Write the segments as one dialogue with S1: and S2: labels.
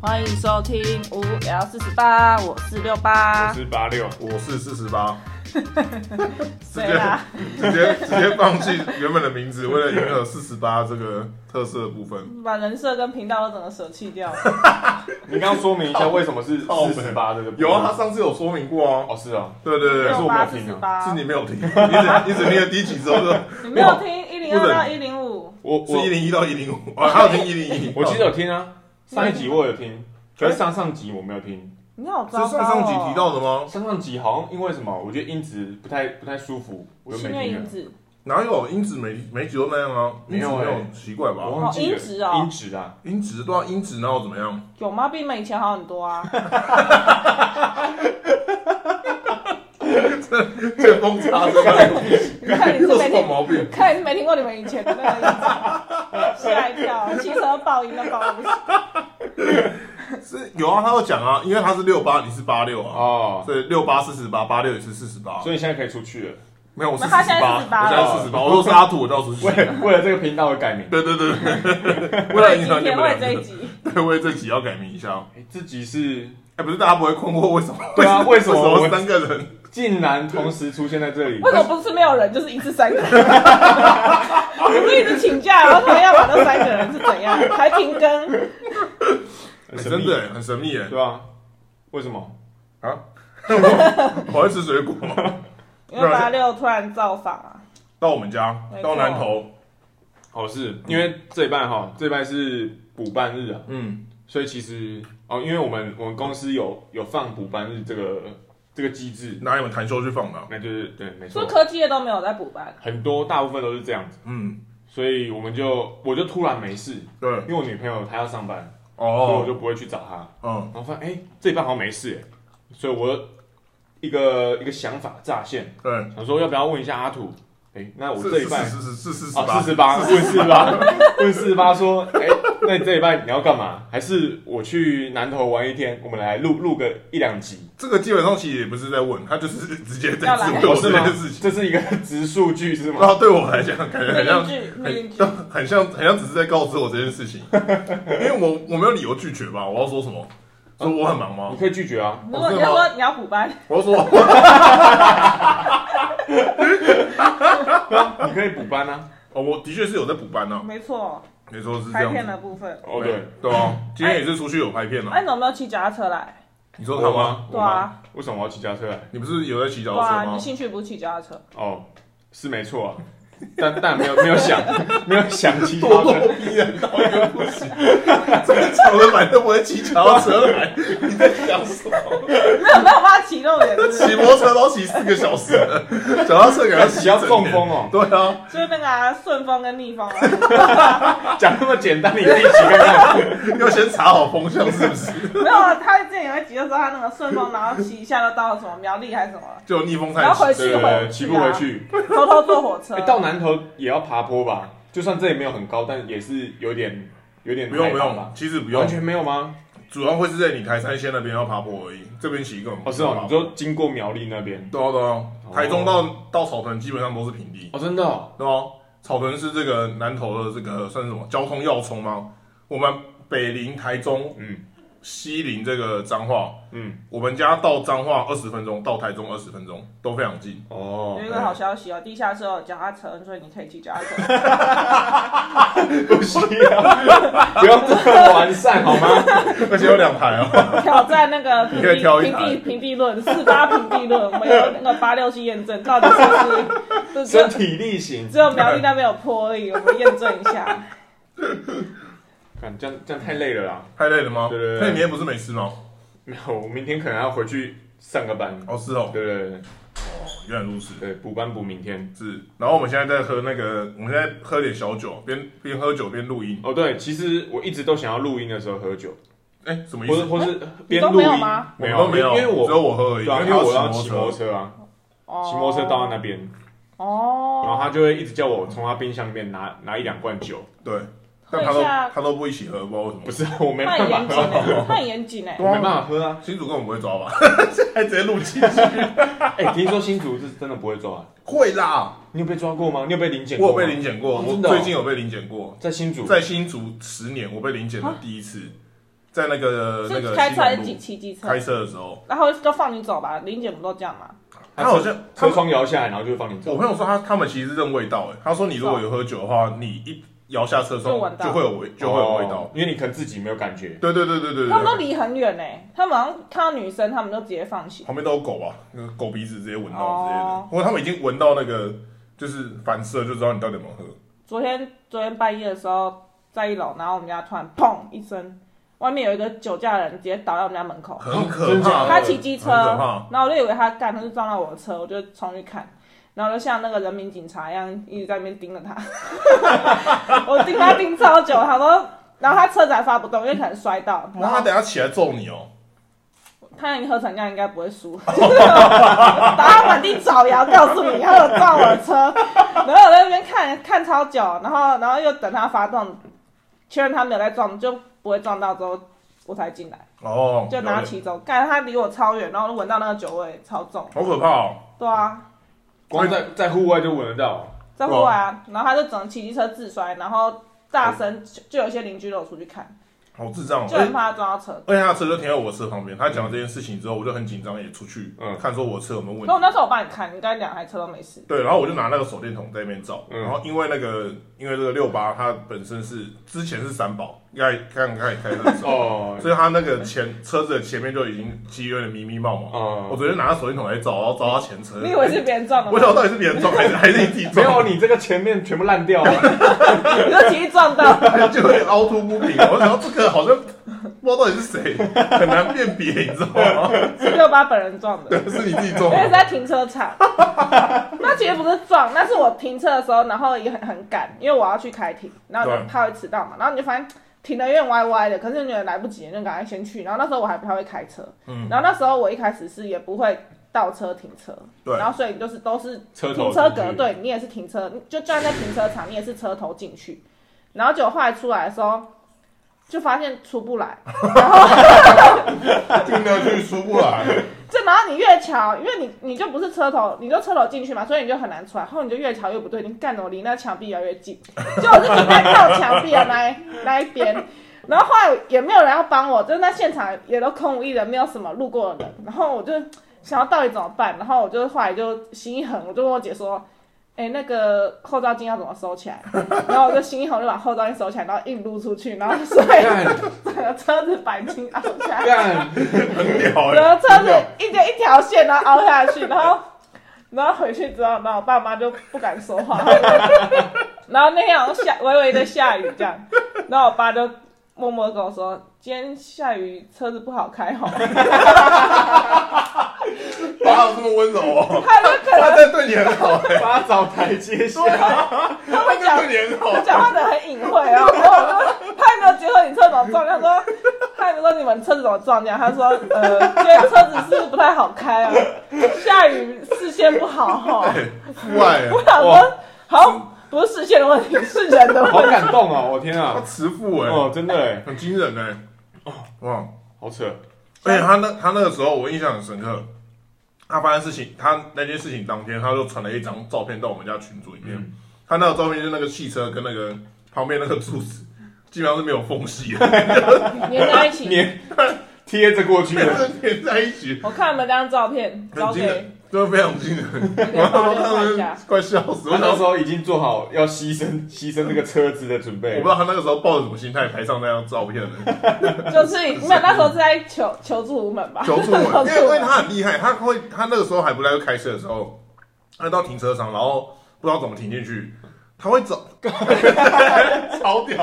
S1: 欢迎收听无聊四十八，我是六八，
S2: 是八六，
S3: 我是四十八，
S1: 谁啦？
S3: 直接直接放弃原本的名字，为了迎合四十八这个特色的部分。
S1: 把人设跟频道都整个舍弃掉了。
S2: 你刚刚说明一下为什么是
S3: 靠
S2: 四十八这个？
S3: 有啊，他上次有说明过
S2: 哦
S3: 哦。
S2: 是啊，
S3: 对对对，
S2: 是
S1: 六
S2: 我
S1: 八
S2: 没
S1: 四十
S2: 听
S1: 八，
S3: 是你没有啊听，你只你只念了第几周的？
S1: 你没有听一零
S3: 不
S1: 二
S3: 能
S1: 到一零五，
S2: 我
S3: 是一
S2: 我
S3: 零一到一零五，哦，还有听一零一。
S2: 我记得有听啊，上一集我有听，可是上上集我没有听，
S1: 你好
S3: 是
S1: 糟糕、哦。
S3: 上上集提到的吗？
S2: 上上集好像因为什么，我觉得音质不太不太舒服，我
S3: 啊
S2: 就是
S1: 因
S2: 没
S1: 为
S2: 听
S1: 音
S2: 了。
S1: 质，
S3: 哪有音质每每集都那样啊？音质没
S2: 没有欸
S3: 有奇怪
S2: 我
S3: 吧？
S2: 忘
S1: 哦
S2: 记
S1: 音质哦
S2: 了，音质啊，
S3: 音质对啊，音质哪有怎么样？
S1: 有吗？比你们以前好很多 啊。
S3: 这个风差 这个
S1: 看你是
S3: 有
S1: 没
S3: 什么
S1: 听，
S3: 毛 病？
S1: 看你是没听过你们以前的那个音质，吓一跳，汽车爆音都爆不行。
S3: 是有啊，他有讲啊，因为他是六八，你是八六啊，
S2: 哦，
S3: 所以六八四十八，八六也是四十八。
S2: 所以你现在可以出去了。
S3: 没有，我是
S1: 那
S3: 四
S1: 他
S3: 十
S1: 现在
S3: 八，我
S1: 48
S3: 现在四
S2: 哦
S3: 十八。我说是阿土，我到处去。
S2: 为 了为了这个频道而改名，
S3: 对对对对， 对为了
S1: 今
S3: 迎合你
S1: 天
S3: 们
S1: 为
S3: 两
S1: 这一
S3: 个，
S1: 集，
S3: 对，为这集要改名一下哦。
S2: 诶自己是
S3: 哎，不是大家不会困惑为什么？
S2: 对啊为什么
S3: 为
S2: 我
S3: 什么三个人？
S2: 竟然同时出现在这里
S1: 为，什么不是没有人，就是一次三个人？ 你不是一直请假，然后他们要把那三个人是怎样？还停更？
S2: 很
S3: 哎
S2: 神秘
S3: 真的哎很神秘哎
S2: 对。吧？为什么？
S3: 啊，我在吃水果嘛，
S1: 因为八六突然造访啊，
S3: 到我们家
S1: 没，错
S3: 到南头，
S2: 哦，是因为这一半哈，这一半是补办日啊。
S3: 嗯，
S2: 所以其实哦，因为我们我们公司有有放补班日这个这个机制，
S3: 拿你们弹修去放的啊，
S2: 那就是对，没
S1: 所以
S2: 错，
S1: 科技业都没有在补班。
S2: 很多大部分都是这样子，
S3: 嗯，
S2: 所以我们就我就突然没事，
S3: 对，
S2: 因为我女朋友她要上班，所以我
S3: 哦，
S2: 就不会去找她，
S3: 嗯，
S2: 然后发现哎、这一半好像没事耶，所以我一个一个想法乍现，
S3: 对，
S2: 想说要不要问一下阿土，哎、那我
S3: 是
S2: 这一半。
S3: 是是是是
S2: 啊，
S3: 八
S2: 四，十八，问四十八， 问四十八说，哎、那你这一半你要干嘛？还是我去南头玩一天，我们来录录个一两集，
S3: 这个基本上其实也不是在问，他就是直接在
S1: 要
S3: 质
S1: 来
S3: 问我
S2: 是
S3: 这
S2: 吗
S3: 件事情。
S2: 哦这是一个直数据是
S3: 然
S2: 吗？
S3: 后对我来讲，感觉很像
S1: 命句，命
S3: 很
S1: 句，
S3: 像很像很像只是在告知我这件事 情，因为我我没有理由拒绝吧？我要说什么？说我很
S1: 嗯
S3: 忙
S2: 你
S3: 哦吗？
S2: 可以拒绝啊，
S1: 如果你要说你要补班，
S3: 我要说
S2: 你可以补班 啊。
S3: 哦，我的确是有在补班呢、
S1: 没错，
S3: 啊，没错是这
S1: 拍
S3: 样
S1: 片的
S3: 子。
S1: 部分。
S2: 哦，对，
S3: 对啊，今天也是出去有拍片了、
S1: 哎，你有没有骑脚踏车来？
S3: 你说他吗？？
S1: 对啊，
S2: 为什么我要骑脚踏车来？
S3: 你不是有在骑脚
S1: 对
S3: 踏
S1: 啊，
S3: 车
S1: 你
S3: 吗？
S1: 兴趣不是骑脚踏车？
S2: 哦，是没错 啊，但但没有没有 想没有想骑脚
S3: 咄
S2: 踏车，
S3: 咄逼人到一个不行，这个强人版都不会骑脚踏车 来，你在想什么？
S1: 没有没有办法骑那种人，就是
S3: 骑摩托车都骑四个 小时了，脚踏车给他
S2: 骑到
S3: 整
S2: 中
S3: 年
S2: 风哦
S3: 对啊，
S1: 就是那个啊顺风跟逆风啊。
S2: 讲那么简单，你自己骑看 看。
S3: 要先查好风向是不是？
S1: 没有，啊，他之前有一集就说他那个顺风，然后骑一下就到了什么苗栗还是什么了，
S3: 就逆风太
S1: 然后回
S3: 急。
S1: 去
S2: 对对对，啊骑不回去。
S1: 偷偷坐火车
S2: 哎，。到南头也要爬坡吧？就算这里没有很高，但也是有点有点
S3: 不用
S2: 害
S3: 不
S2: 怕
S3: 用
S2: 吧，？
S3: 其实不用
S2: 完，全没有吗？
S3: 主要会是在你台山县那边要爬坡而已，这边骑更
S2: 哦，是哦哦，你就经过苗栗那边。
S3: 对啊对啊，台中到到草屯基本上都是平地，
S2: 哦，真的哦。
S3: 对啊，草屯是这个南投的这个算是什么交通要冲吗？我们北临台中，
S2: 嗯
S3: 西临这个彰化，
S2: 嗯，
S3: 我们家到彰化二十分钟，到台中二十分钟，都非常 近。
S2: 哦
S1: 有一，个好消息哦，地下室有脚踏车，所以你可以骑脚踏 车。
S2: 不需要，不要这么完善好吗？
S3: 而且有两排哦，
S1: 挑战那个平
S3: 你可
S1: 地
S3: 以挑一
S1: 平
S3: 台
S1: 地平地论四八平地论，我们有那个八六去验证，到底 是不是只有
S2: 身体力行，
S1: 只有苗栗那边有坡而已，我们验证一下。
S2: 看这样这样太累了啦。
S3: 太累了吗？
S2: 对对对
S3: 那你明天不是没事吗？
S2: 没有，我明天可能要回去上个班。
S3: 哦，是哦，
S2: 对对对
S3: 原来如此。
S2: 对，补班补明天。
S3: 是，然后我们现在在喝那个，我们现在喝点小酒，边边喝酒边录音。
S2: 哦，对，其实我一直都想要录音的时候喝酒，
S3: 哎、什么意
S2: 或
S3: 思
S2: 是？或是
S1: 你
S2: 边
S1: 都
S2: 录
S1: 没有
S2: 音啊
S1: 吗，
S3: 我们都没有，
S2: 因为
S3: 只有
S2: 我
S3: 我喝而已，
S2: 对啊，因为我要骑
S3: 骑
S2: 摩托
S3: 摩托车。
S2: 车啊，
S1: 哦，
S2: 骑摩托车到他那边，然后
S1: 哦，
S2: 他就会一直叫我从他冰箱里面拿拿一两罐酒，
S3: 对，
S1: 喝
S3: 但他
S1: 一
S3: 都
S1: 下，
S3: 他都不一起喝，不知道为什么。
S2: 不是我没
S1: 他很
S2: 办法
S1: 严谨
S2: 喝，
S1: 哎，他很严谨 哎。
S2: 我没办法喝啊。
S3: 新主根本不会抓吧？ 还直接录进去？
S2: 哎，听说新竹是真的 不会抓，啊
S3: 会啦，
S2: 你有被抓过吗？你有被临检
S3: 我
S2: 过
S3: 有
S2: 吗？
S3: 被临检过，
S2: 哦
S3: 我
S2: 真的哦
S3: 最近有被临检过，
S2: 在新竹，
S3: 在新竹十年，我被临检的第一次。在那个那
S1: 是
S3: 个
S1: 啊开车还是
S3: 西
S1: 骑
S3: 门路
S1: 骑机车？
S3: 开车的时候，
S1: 然后就放你走吧，林姐不都这样吗？
S3: 他好像他
S2: 车窗摇下来，然后就放你
S3: 我
S2: 走。
S3: 朋友说他他们其实是认味道、欸，他说你如果有喝酒的话，你一摇下车
S1: 就闻
S3: 窗
S1: 到
S3: 就会有味就会有味道
S2: 哦。，因为你可能自己没有感觉。
S3: 对对对对对
S1: 他们都
S3: 对，
S1: 离很远呢、他们好像看到女生，他们就直接放弃。
S3: 旁边都有狗啊，那个狗鼻子直接闻到
S1: 哦
S3: 之类的。不过他们已经闻到那个就是反射，就知道你到底有没有喝。
S1: 昨天昨天半夜的时候，在一楼，然后我们家突然砰一声，外面有一个酒驾的人直接倒在我们家门口。
S3: 很可
S2: 真假
S3: 怕。
S2: 的
S1: 他骑机车，
S3: 哦很可怕
S1: 然后我就以为他干，他就撞到我的车，我就冲去看，然后就像那个人民警察一样，一直在那边盯着他。 我盯他盯超久，他说，然后他车子还发不动，因为可能摔到。然
S3: 妈，他
S1: 后
S3: 等下起来揍你哦、
S1: 他已经喝成这样，应该不会输。 打他满地找牙，告诉你，他有撞我的车。然后我在那边看看超久，然后然后又等他发动，确认他没有在撞，就不会撞到之后，我才进来，
S3: 哦，
S1: 就拿
S3: 有点
S1: 起走。干，他离我超远，然后闻到那个酒味，超重。
S3: 好可怕哦、
S1: 对啊，
S2: 光在在户外就闻得到。
S1: 在户外啊，然后他就只能骑机车自摔，然后大声就就有一些邻居都有出去看，
S3: 好智障哦、
S1: 就
S3: 而
S1: 很
S3: 且
S1: 怕他撞到车。
S3: 而且他的车就停在我车旁边，他讲了这件事情之后，我就很紧张，也出去、
S2: 嗯
S3: 看说我车有没有问
S1: 可
S3: 题。
S1: 我那时候我帮你看，应该两台车都没事。
S3: 对，然后我就拿那个手电筒在那边照，
S2: 嗯
S3: 然后因为那个因为这个六八它本身是之前是三宝，开开开开车的时候，
S2: 哦
S3: 所以它那个前车子的前面就已经其实有点迷迷冒冒。我
S2: 哦，
S3: 昨天拿手电筒来照，然后照他前车，
S1: 你以为是别人撞的
S3: 我
S1: 吗？
S3: 想到底是别人撞还是还是你自己
S2: 没有
S3: 撞？
S2: 你这个前面全部烂 掉了，
S1: 你就骑撞到，
S3: 哎就有点凹凸不平。我想到这个好像不知道到底是谁，很难辨别，你知道吗？
S1: 是六八本人 撞的，
S3: 对， 是你自己撞
S1: 因为是
S3: 的。
S1: 在停车 场。那其实不是撞，那是我停车的时候，然后也很很赶，因为我要去开庭，然后
S3: 对
S1: 就怕会迟到嘛，然后你就发现停的有点歪歪的，可是你也来不及，你就赶快先去。然后那时候我还不太会开车，
S3: 嗯
S1: 然后那时候我一开始是也不会倒车停车，
S3: 对
S1: 然后所以就是都是
S2: 车头
S1: 停车格， 对你也是停车，就站在停车场，你也是车头进去，然后结果后来出来的时候，就发现出不来，然后
S3: 听得去出不来，
S1: 这然后你越瞧，因为你你就不是车头，你就车头进去嘛，所以你就很难出来，然后你就越瞧越不对，你干怎么离那墙壁越来越近， 就我是停在靠墙壁的那一 那一边。然后后来也没有人要帮我，就是那现场也都空无一人，没有什么路过的人。然后我就想要到底怎么办，然后我就后来就心一横，我就问我姐说：“哎、那个后照镜要怎么收起来？ 然后我就心一横，就把后照镜收起来，然后硬撸出去，然后所以
S2: 干
S1: 整个车子钣金凹下
S2: 啊
S1: 来，
S2: 干，
S3: 很屌
S1: 整
S3: 哎、
S1: 个车子一条一条线，然后凹下去，然后然后回去之后，然后我爸妈就不敢说话， 然后那天好像下微微的下雨这样，然后我爸就默默地跟我说，今天下雨车子不好开哦，
S3: 哪有这么温柔哦、
S1: 他就可
S3: 他
S1: 能
S3: 在对你很好哎、
S2: 把他找台阶下。
S3: 啊
S1: 他
S3: 他
S1: 会讲
S3: 在对你很好。
S1: 我讲话的很隐晦哦， 然后我说他也没有结婚，你车怎么撞？他说他也没有说你们车子怎么撞这样，他说呃，今天车子是不是不太好开啊，下雨视线不好哦哈、
S3: 哎父爱、
S1: 我想
S2: 哇
S1: 说好不是视线的问题，是人的问
S2: 好
S1: 题。
S2: 感动哦！我天
S3: 他
S2: 啊，
S3: 慈父哎、
S2: 哦，真的哎，
S3: 很惊人哎、哇！
S2: 好扯，
S3: 而且他那他那个时候我印象很深刻，他发生事情，他那件事情当天他就传了一张照片到我们家群组里面，
S2: 嗯
S3: 他那个照片就是那个汽车跟那个旁边那个柱子基本上是没有缝隙的，
S1: 黏在一起。
S2: 黏 贴着过去
S3: 全
S2: 了，
S3: 是连在一起，
S1: 我看了那张照片，
S3: 很
S1: 交
S3: 惊人
S1: 给，
S3: 真的非常惊人。
S1: 给
S3: 我
S1: 大家
S3: 当
S1: 看一
S3: 时
S1: 下。
S3: 快笑死，
S2: 我
S3: 我
S2: 那
S3: 想
S2: 时
S3: 说。
S2: 候已经做好要牺牲牺牲这个车子的准
S3: 我
S2: 备
S3: 不知。道他那个时候抱着什么心态拍上那张照片的，
S1: 就是没有那时候是在求求助无 门吧，
S3: 求助我，
S1: 求
S3: 因为因为
S1: 助
S3: 他很厉害，他会他那个时候还不来开车的时候，他到停车场，然后不知道怎么停进去，他会找，超屌，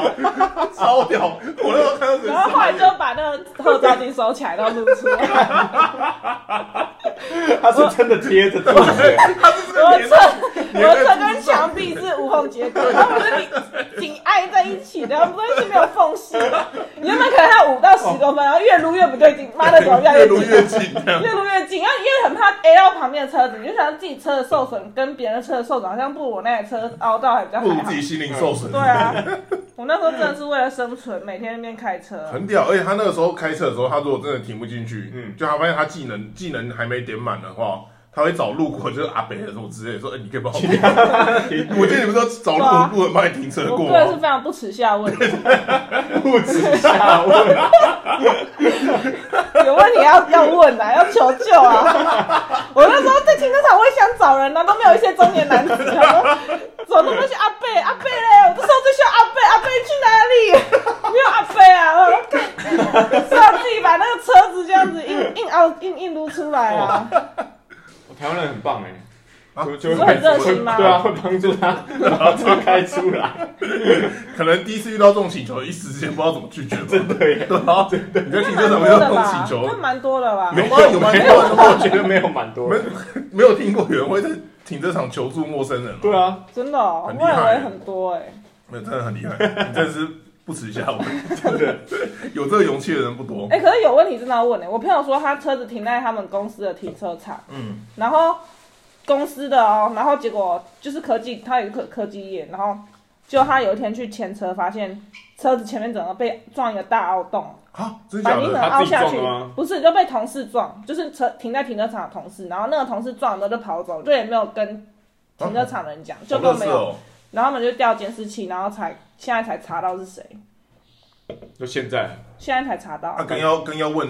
S3: 超屌！我那时候看到谁
S1: 然后后来就把那个后照镜收起来，然后露出来。
S2: 他是真的贴着柱子，
S1: 我的车，我的车跟墙壁是无缝接轨，然后我们就紧紧挨在一起的，然后中间是没有缝隙的。原本可能它五到十公分，然后越撸越不对劲，妈的，怎么越来
S3: 哦越
S1: 越
S3: 撸
S1: 近？
S3: 越近这样，
S1: 越撸越近，然后因为很怕 A 到旁边的车子，你就想自己车的受损跟别人的车的受损，好像不如我那台车凹到还比较
S3: 不
S1: 还
S3: 如
S1: 好
S3: 自。己心灵受损
S1: 对。啊，我那时候真的是为了生存，每天在那边开车。
S3: 很屌，而且他那个时候开车的时候，他如果真的停不进去，
S2: 嗯
S3: 就他发现他技能技能还没点满的话，他会找路过就是阿北什么之类的，说，哎、你可以帮我停。 我记得你们说找路过人帮你停车
S1: 啊我
S3: 过
S1: 个人是
S3: 吗？
S1: 非常不耻下问的，
S2: 不止下 问，
S1: 有问题要要问 啊，要求救啊！我那时候在停车场，我也想找人啊，都没有一些中年男子，想说 怎么都不去阿贝阿贝嘞？我不是说最需要阿贝，阿贝去哪里？没有阿贝啊！我 看，是要自己把那个车子这样子硬硬凹硬硬撸出来啊！
S2: 台湾人很棒哎、
S3: 啊
S2: 就就
S1: 你说
S2: 会
S1: 很热心吗
S2: 对啊，会帮助他把车开出来，
S3: 可能第一次遇到这种请求，一时之间不知道怎么拒绝吧。
S2: 真的耶。
S3: 对啊，你
S1: 这
S3: 在停
S1: 蛮多
S3: 车场遇到这
S1: 的
S3: 种
S1: 吧
S3: 请？求，
S1: 这蛮多的吧？
S3: 有吗？有吗？没有人
S2: 我觉得没有蛮多
S3: 没
S2: 的。
S3: 没有听过有人会在停车场求助陌生人、
S2: 对，啊，
S1: 真的、哦，我
S3: 很厉害
S1: 以为很多哎、
S3: 那真的很厉害，你真的是不耻下问，真的 有这个勇气的人不多。
S1: 哎、可是有问题真的要问哎、我朋友说他车子停在他们公司的停车场，
S3: 嗯，
S1: 然后公司的哦，然后结果就是科技，他有一个科科技业，然后就他有一天去牵车，发现车子前面整个被撞一个大凹洞，
S3: 啊，真的
S1: 钣
S3: 假
S1: 金整
S3: 的？
S1: 个
S2: 他
S1: 凹
S2: 自己
S1: 下去
S2: 撞的吗，
S1: 不是就被同事撞，就是车停在停车场的同事，然后那个同事撞了就跑走，就也没有跟停车场的人讲，就
S3: 好
S1: 都
S3: 乐
S1: 没
S3: 色
S1: 有，
S3: 哦，
S1: 然后他们就调监视器，然后才现在才查到是谁，
S2: 就现在
S1: 现在才查到。
S3: 啊，跟要跟要问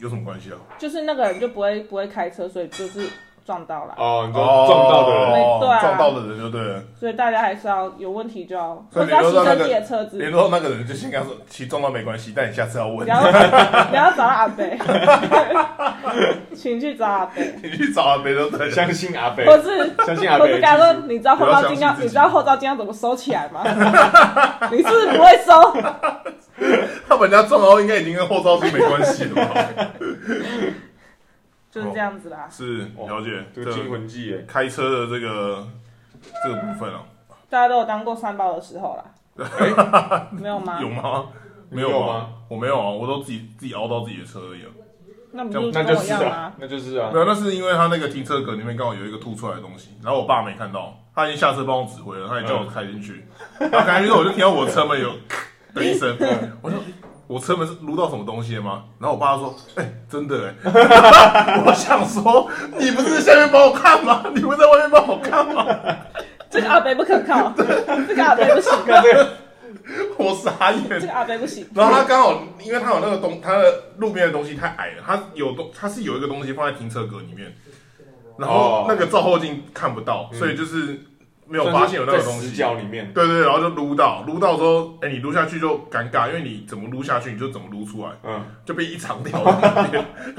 S3: 有什么关系啊？
S1: 就是那个人就不会不会开车，所以就是撞到了，
S2: 哦，你说撞到的人，
S3: 哦
S1: 对啊
S3: 撞到的人就对了，
S1: 所以大家还是要有问题就要，
S3: 所
S1: 或
S3: 以
S1: 者要
S3: 你
S1: 牺
S3: 就说那
S1: 牲
S3: 个
S1: 自己的车子，
S3: 联络到那个人就先跟他说，其实撞到没关系，但你下次要
S1: 不
S3: 问，
S1: 要不要找阿 北，请去找阿北，
S3: 你去找啊阿北就对了。
S2: 相信阿北，
S1: 或是
S2: 相信阿
S1: 或是
S2: 北
S1: 跟他说，你知道后照镜
S3: 不要相信
S1: 要
S3: 自己
S1: 你知道后照镜要怎么收起来 吗？你是不是不会收？
S3: 他把人家撞到，应该已经跟后照镜没关系了 吧？
S1: 就是这样子啦，
S3: 是了解，
S2: 哦这
S3: 这
S2: 个惊
S3: 个
S2: 魂记耶，
S3: 开车的这个这个部分啊，
S1: 大家都有当过三包的时候啦，没有吗
S3: 哎有？吗？没
S2: 啊你有吗
S3: 吗？我没有啊，我都自己自己凹到自己的车而已啊。
S1: 那不就是
S2: 那
S1: 跟
S2: 就
S1: 我一
S2: 是
S1: 样
S2: 啊
S1: 吗？，
S2: 那就是啊
S3: 没，有，那是因为他那个停车格里面刚好有一个凸出来的东西，然后我爸没看到，他已经下车帮我指挥了，他也叫我开进 去，然后开进去之后我就听到我车门有的一声，我说。我车门是撸到什么东西了吗？然后我爸说：“哎、真的哎、我想说，你不是下面帮我看吗？你不是在外面帮我看吗
S1: 这个阿北不可靠，这个阿北不行，啊
S2: 看这个？”
S3: 我傻
S1: 这
S3: 眼。
S1: 个阿北不行，
S3: 然后他刚好，因为他有那个东，他的路边的东西太矮了，他有东，他是有一个东西放在停车格里面，然后
S2: 哦
S3: 那个照后镜看不到，所以就是没有发现有那个东
S2: 在死
S3: 西。
S2: 角里面，
S3: 对对，然后就撸到，撸到之后，哎，你撸下去就尴尬，因为你怎么撸下去，你就怎么撸出来，
S2: 嗯，
S3: 就被一长条在那边。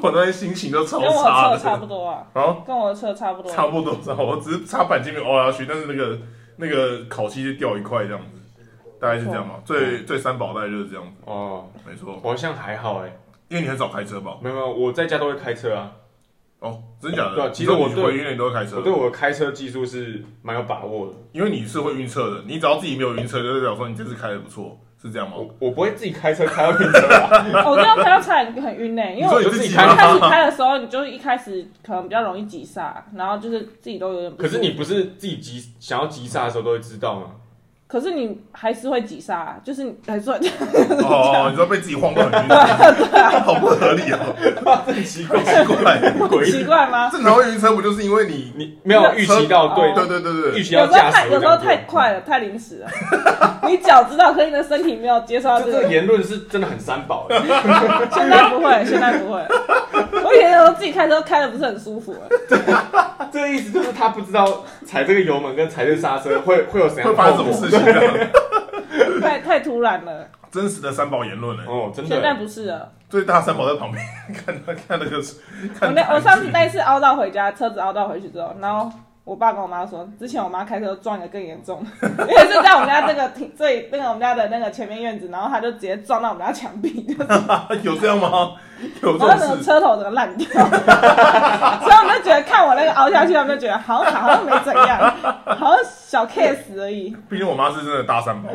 S3: 我那天心情都超
S1: 跟我
S3: 差
S1: 的车
S3: 的。
S1: 差不多啊，
S3: 啊，
S1: 跟我的车差不多啊。
S3: 差不多，差不多，我只是插板筋没有凹下去，但是那个那个烤漆就掉一块这样子，大概是这样
S1: 哦
S3: 吧。最最三宝大概就是这样子，
S2: 哦，
S3: 没错。
S2: 我好像还好哎，
S3: 因为你很少开车吧？
S2: 没有没有，我在家都会开车啊，
S3: 哦，真假的？
S2: 对啊其实我
S3: 你说
S2: 对
S3: 你回云你都会开车
S2: 我，对我的开车技术是蛮有把握的，
S3: 因为你是会晕车的，你只要自己没有晕车，就代表说你这次开的不错，是这样吗？
S2: 我我不会自己开车开到停车 啊，
S1: 哦，这样开到差点很晕呢、因为我
S3: 你
S1: 一
S3: 说你自己哦
S2: 我就
S1: 开始
S3: 吗？
S1: 开的时候，你就是一开始可能比较容易急刹，然后就是自己都有点不
S2: 可
S1: 舒服。
S2: 是你不是自己急想要急刹的时候都会知 道吗？
S1: 可是你还是会急刹，就是你还是会
S3: 哦，你知道被自己晃到很晕车，好不合理哦，
S2: 很奇 怪，
S3: 奇怪。
S1: 奇怪吗？
S3: 正常会晕车不就是因为你？
S2: 你没有预期到对
S3: 哦对对对
S2: 预
S3: 对，
S2: 期
S1: 有时
S2: 到
S1: 候
S2: 驾
S1: 太
S2: 驶，
S1: 有时候太。快了，太临时了。 你脚知道，可是你的身体没有接受到
S2: 这
S1: 这
S2: 这个
S1: 个。
S2: 言论是真的很三宝的，啊
S1: 现在不会，现在不会。我以前有时候自己开车开的不是很舒服、
S2: 这个意思就是他不知道踩这个油门跟踩这个刹车会会有怎样
S3: 会
S2: 的
S3: 发生
S2: 后
S3: 什么
S2: 果。
S3: 事情的？
S1: 太太突然了。
S3: 真实的三宝言论呢？
S2: 哦，真
S1: 现在
S2: 的，
S1: 不是了。
S3: 最大三宝在旁边 看他看那个，
S1: 我
S3: 看
S1: 那
S3: 他
S1: 我上次那一次凹到回家，车子凹到回去之后，然后我爸跟我妈说，之前我妈开车撞一个更严重， 因为是在我们家这个停最那个我们家的那个前面院子，然后她就直接撞到我们家墙壁， 就是然
S3: 啊有这样吗？有这
S1: 后
S2: 啊
S1: 整
S3: 种
S1: 个
S3: 事？
S1: 车头整个烂掉， 所以他们就觉得看我那个凹下去，他们就觉得好像好像没怎样，好像小 case 而已，
S3: 毕竟我妈是真的大三宝，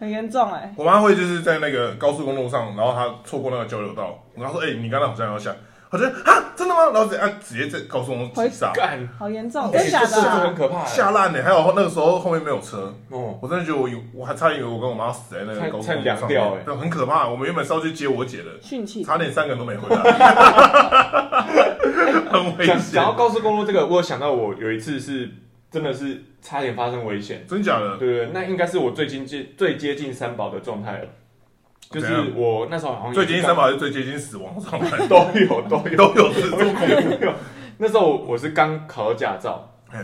S1: 很严重哎、
S3: 我妈会就是在那个高速公路上，然后她错过那个交流道，我跟她说：“哎、你刚才好像要下。”我觉得啊，真的吗？然后直接按直接在高速公路急刹，
S2: 干，
S1: 好严重，
S2: 哎
S1: 真假
S2: 这这
S1: 的？啊
S2: 很可怕欸，
S3: 吓烂的。还有那个时候后面没有车，
S2: 哦，
S3: 我真的觉得我有，我还差点以为我跟我妈死在那个
S2: 差
S3: 高速公
S2: 差点
S3: 路
S2: 凉
S3: 上
S2: 掉
S3: 面
S2: 欸
S3: 对，很可怕。我们原本是要去接我姐的，
S1: 训气，
S3: 差点三个人都没回 来，很危
S2: 讲讲到
S3: 险。
S2: 高速公路这个，我有想到我有一次是真的是差点发生危险，
S3: 真假的？
S2: 对对，对那应该是我最近接最接近三宝的状态了，就
S3: 怎
S2: 是
S3: 样
S2: 我那时候好像
S3: 最接近三宝
S2: 宝
S3: 还是最接近死亡状态
S2: 都有都有
S3: 都有这这么恐怖。
S2: 都有，那时候我是刚考到驾照，
S3: 哎，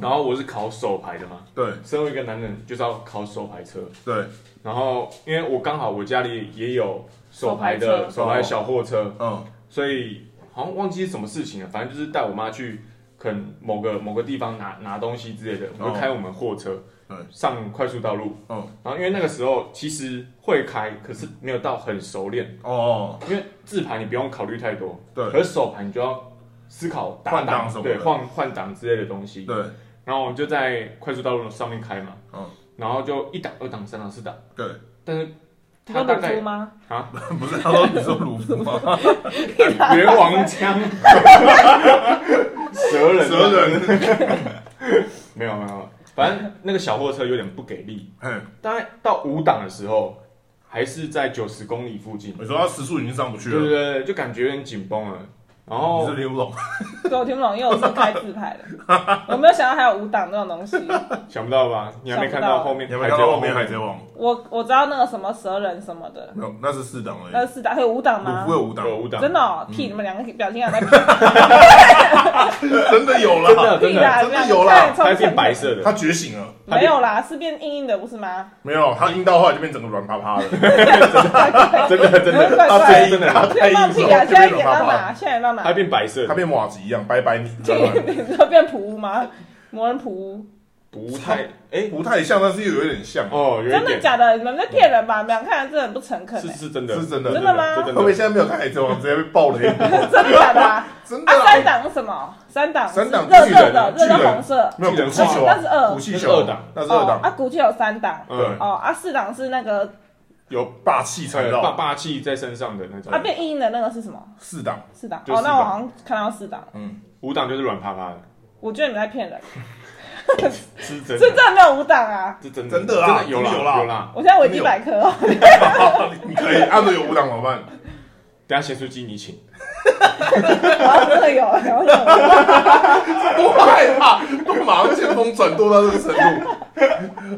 S2: 然后我是考手牌的嘛，
S3: 对
S2: 身为一个男人就是要考手牌车，
S3: 对，
S2: 然后因为我刚好我家里也有手牌的
S1: 手
S2: 手
S3: 牌车
S2: 牌小货车，
S3: 嗯
S2: 所以好像忘记是什么事情了，反正就是带我妈去可能某个某个地方拿拿东西之类
S3: 哦
S2: 的，我们就开我们货车、
S3: 对
S2: 上快速道路，
S3: 嗯
S2: 然后因为那个时候其实会开，可是没有到很熟练，
S3: 哦，
S2: 因为自排你不用考虑太多，
S3: 对
S2: 可是手排你就要思考
S3: 嗯
S2: 打
S3: 换挡什么的
S2: 对，换换挡之类的东西，
S3: 对
S2: 然后我们就在快速道路上面开嘛，
S3: 嗯
S2: 然后就一档、二档、三档、四档，
S3: 对，
S2: 但是
S1: 你说
S2: 他大
S1: 乳猪
S2: 概
S1: 吗？
S2: 啊，
S3: 不是他说你说鲁夫吗？
S2: 猿王枪，蛇 人，
S3: 蛇 人，啊
S2: 没有没有没有，反正那个小货车有点不给力，
S3: 哎，
S2: 大概到五档的时候，还是在九十公里附近，
S3: 你说他时速已经上不去
S2: 对
S3: 了
S2: 对，对，就感觉有点紧绷了。然
S3: 你
S2: 后
S3: 是听不懂，
S1: 对，我听不懂，因为我是开自拍的， 我没有想到还有五档这种东西。
S2: 想不到吧？你还没看到后面
S3: 你有
S2: 海
S3: 没
S2: 贼
S3: 有看到后
S2: 王
S3: 面海贼王？
S1: 我我知道那个什么蛇人什么的，
S3: 没有，那是四档而
S1: 那
S3: 已。
S1: 四档还有五档
S3: 鲁
S1: 吗
S3: 夫？有五档，
S2: 有五档，
S1: 真
S2: 的
S1: 的哦，屁！你们两个表情好像在
S3: 真的有
S2: 真
S3: 啦，
S2: 的真
S1: 屁
S2: 的，
S1: 啦，
S3: 真的
S1: 你们两个
S3: 有啦
S1: 看得出
S2: 它
S1: 来
S2: 是变白色的，
S3: 他觉醒了。
S1: 没有啦，是变硬硬的不是吗？
S3: 没有，他阴道后来就变整个软趴趴的，
S2: 真的 啊真的，
S1: 怪怪的
S2: 它 真的真的，
S1: 这放屁 啊！现在演到哪？现在演到哪
S2: 它？变白色
S3: 他
S2: 的，
S3: 变瓦吉一样，白白软软的，
S1: 你说变普乌吗？魔人普乌？
S2: 不太哎
S3: 不太像，但是又有点像。
S2: 哦，有一
S1: 真的
S2: 点
S1: 假的？你们在骗人吧？你们俩看起来真的很不诚恳
S2: 是
S1: 欸，
S2: 是真的，
S3: 是真的
S1: 真的吗
S2: 是
S3: 会
S2: 真
S3: 不会
S2: 的，
S3: 现在没有看海贼王，直接被爆雷？
S1: 真的假的啊？
S3: 真的
S1: 啊，
S3: 啊
S1: 三，档是什么？三档是
S3: 三档
S1: 热
S3: 巨
S1: 热
S3: 人
S1: 的
S3: 啊，
S1: 热
S3: 巨
S1: 的
S3: 人
S1: 红色。
S3: 没有
S2: 巨人
S3: 古气球，
S1: 那是二
S3: 古气
S2: 那是
S3: 球
S2: 二档，
S3: 那是二
S1: 哦，
S3: 档，
S1: 啊，古巨有三档。
S2: 嗯，
S1: 哦，啊，四档是那个
S2: 有
S3: 霸气缠
S2: 呃霸
S3: 绕，
S2: 霸气在身上的那种
S1: 啊，变硬硬的那个是什么？
S3: 四档，
S1: 四档。
S2: 就
S1: 哦
S2: 四，
S1: 那
S2: 档
S1: 我好像看到四档，
S2: 五档就是软趴趴的，
S1: 我觉得你们在骗人，
S2: 是
S1: 是
S2: 真
S1: 真
S2: 的，
S1: 的没有五档啊！
S2: 是真的，
S3: 真的啊
S2: 有啦
S3: 真的有啦
S2: 有啦。
S1: 我现在维基百科哦，
S3: 你可以，按照有五档怎么办？
S2: 等一下咸酥鸡你请，
S1: 然后真的有，然后真 的有
S3: 多害怕，都马上旋风转舵到这个程度。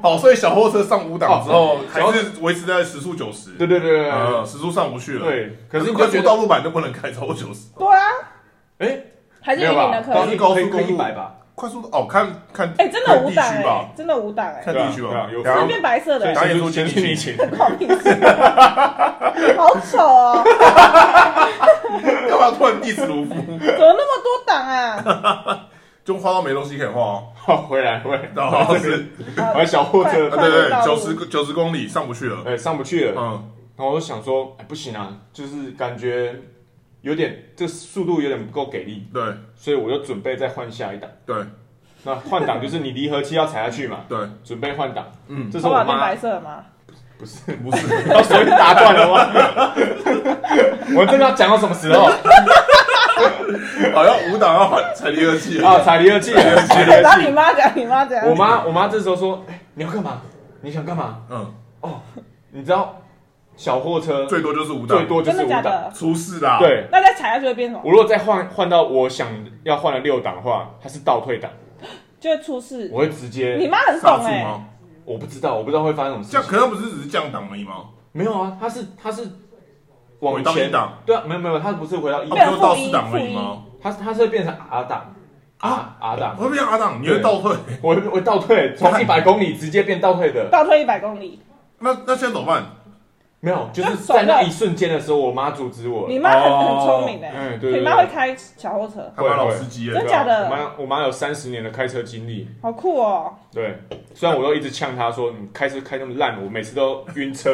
S3: 好，所以小货车上五档之后，哦还是维持在时速九十，
S2: 对对对对对
S3: 呃，时速上不去了。，
S2: 对，
S3: 可
S2: 可是
S3: 是
S2: 你
S3: 快
S2: 就
S3: 速
S2: 觉
S3: 道
S2: 得
S3: 路版就不能开超过九十。
S1: 对啊，
S2: 哎，
S1: 还是
S2: 没
S1: 有
S2: 有
S1: 点的
S2: 吧？
S1: 可
S3: 以
S1: 以。
S2: 高
S3: 可以可以
S2: 一百吧，
S3: 快速哦，看看
S1: 哎，真的五
S3: 看地
S1: 档
S3: 区
S1: 哎
S3: 吧，，
S1: 真的五档哎，
S3: 看地区
S2: 对啊
S3: 吧
S2: 对啊。有
S3: 然
S1: 是
S3: 后
S1: 变白色的
S2: 所以
S1: 欸，
S3: 当然
S2: 咸
S3: 咸酥
S2: 酥鸡
S3: 鸡
S2: 你
S3: 你
S2: 请，
S1: 好屁事， 好丑哦！
S3: 干嘛突然 diss 卢夫？
S1: 怎么那么多档啊？
S3: 就花到没东西可以花哦。
S2: 好 回来回来，
S3: 然 后是，
S2: 玩小货车
S3: 啊
S1: 快，快
S3: 对对对，
S1: 速道
S3: 九
S1: 路
S3: 十九十公里上不去了。
S2: 哎上不去了，
S3: 嗯，
S2: 然后我就想说，哎不行啊，就是感觉有点这速度有点不够给力，
S3: 对
S2: 所以我就准备再换下一档。
S3: 对
S2: 那换挡就是你离合器要踩下去嘛，
S3: 对，
S2: 准备换挡，
S3: 嗯，
S2: 这是
S1: 头
S2: 我
S1: 发变
S2: 妈
S1: 白色了吗？
S2: 不是。
S3: 不是，
S2: 要随便打断了吗？我 这个要讲到什么时候
S3: 好像五档要换踩离合器了。
S2: 啊？踩离合器， 踩离
S1: 然
S2: 合
S1: 后你
S2: 器。
S1: 妈讲，你妈讲，
S2: 我妈，我妈这时候说：“哎、你要干嘛？你想干嘛
S3: 嗯，？”
S2: 你知道，小货车
S3: 最多就是五档
S2: 最，多就
S1: 真
S2: 是
S1: 的
S2: 五
S1: 假
S2: 档。
S1: 的？
S3: 出事啦。，
S2: 对，
S1: 那再踩下去会变什么？
S2: 我如果再换换到我想要换的六档的话，它是倒退档，
S1: 就会出事。
S2: 我会直
S1: 你
S2: 接，
S1: 妈很
S3: 刹
S1: 懂
S3: 住
S1: 哎、
S3: 吗？
S2: 我不知道，我不知道会发生什
S3: 降，
S2: 么事情。
S3: 可能不是只是降档而已吗？
S2: 没有啊，它是它是往
S3: 回到
S2: 前
S3: 一档，
S2: 对啊，没有没有，它不是回到一
S3: 啊，不
S2: 档，
S1: 变
S3: 就到
S1: 负一
S3: 四档而已吗？
S2: 它它是会变成 R 档啊 R 档，
S3: 会变 R 档，你会倒退。
S2: 我会我倒退，从一百公里直接变倒退的。
S1: 倒退一百公里，
S3: 那那现在怎么办？
S2: 没有，就是在那一瞬间的时候，我妈阻止我。
S1: 你妈很
S3: 哦
S1: 很聪明哎、
S2: 嗯，对
S1: 你
S2: 对
S1: 妈会
S2: 对。
S1: 开小货车，
S3: 他妈老司机了
S1: 真。假
S2: 我
S1: 的？
S2: 妈我妈有三十年的开车经历，
S1: 好酷哦！
S2: 对。虽然我都一直呛她说你开车开那么烂，我每次都晕车，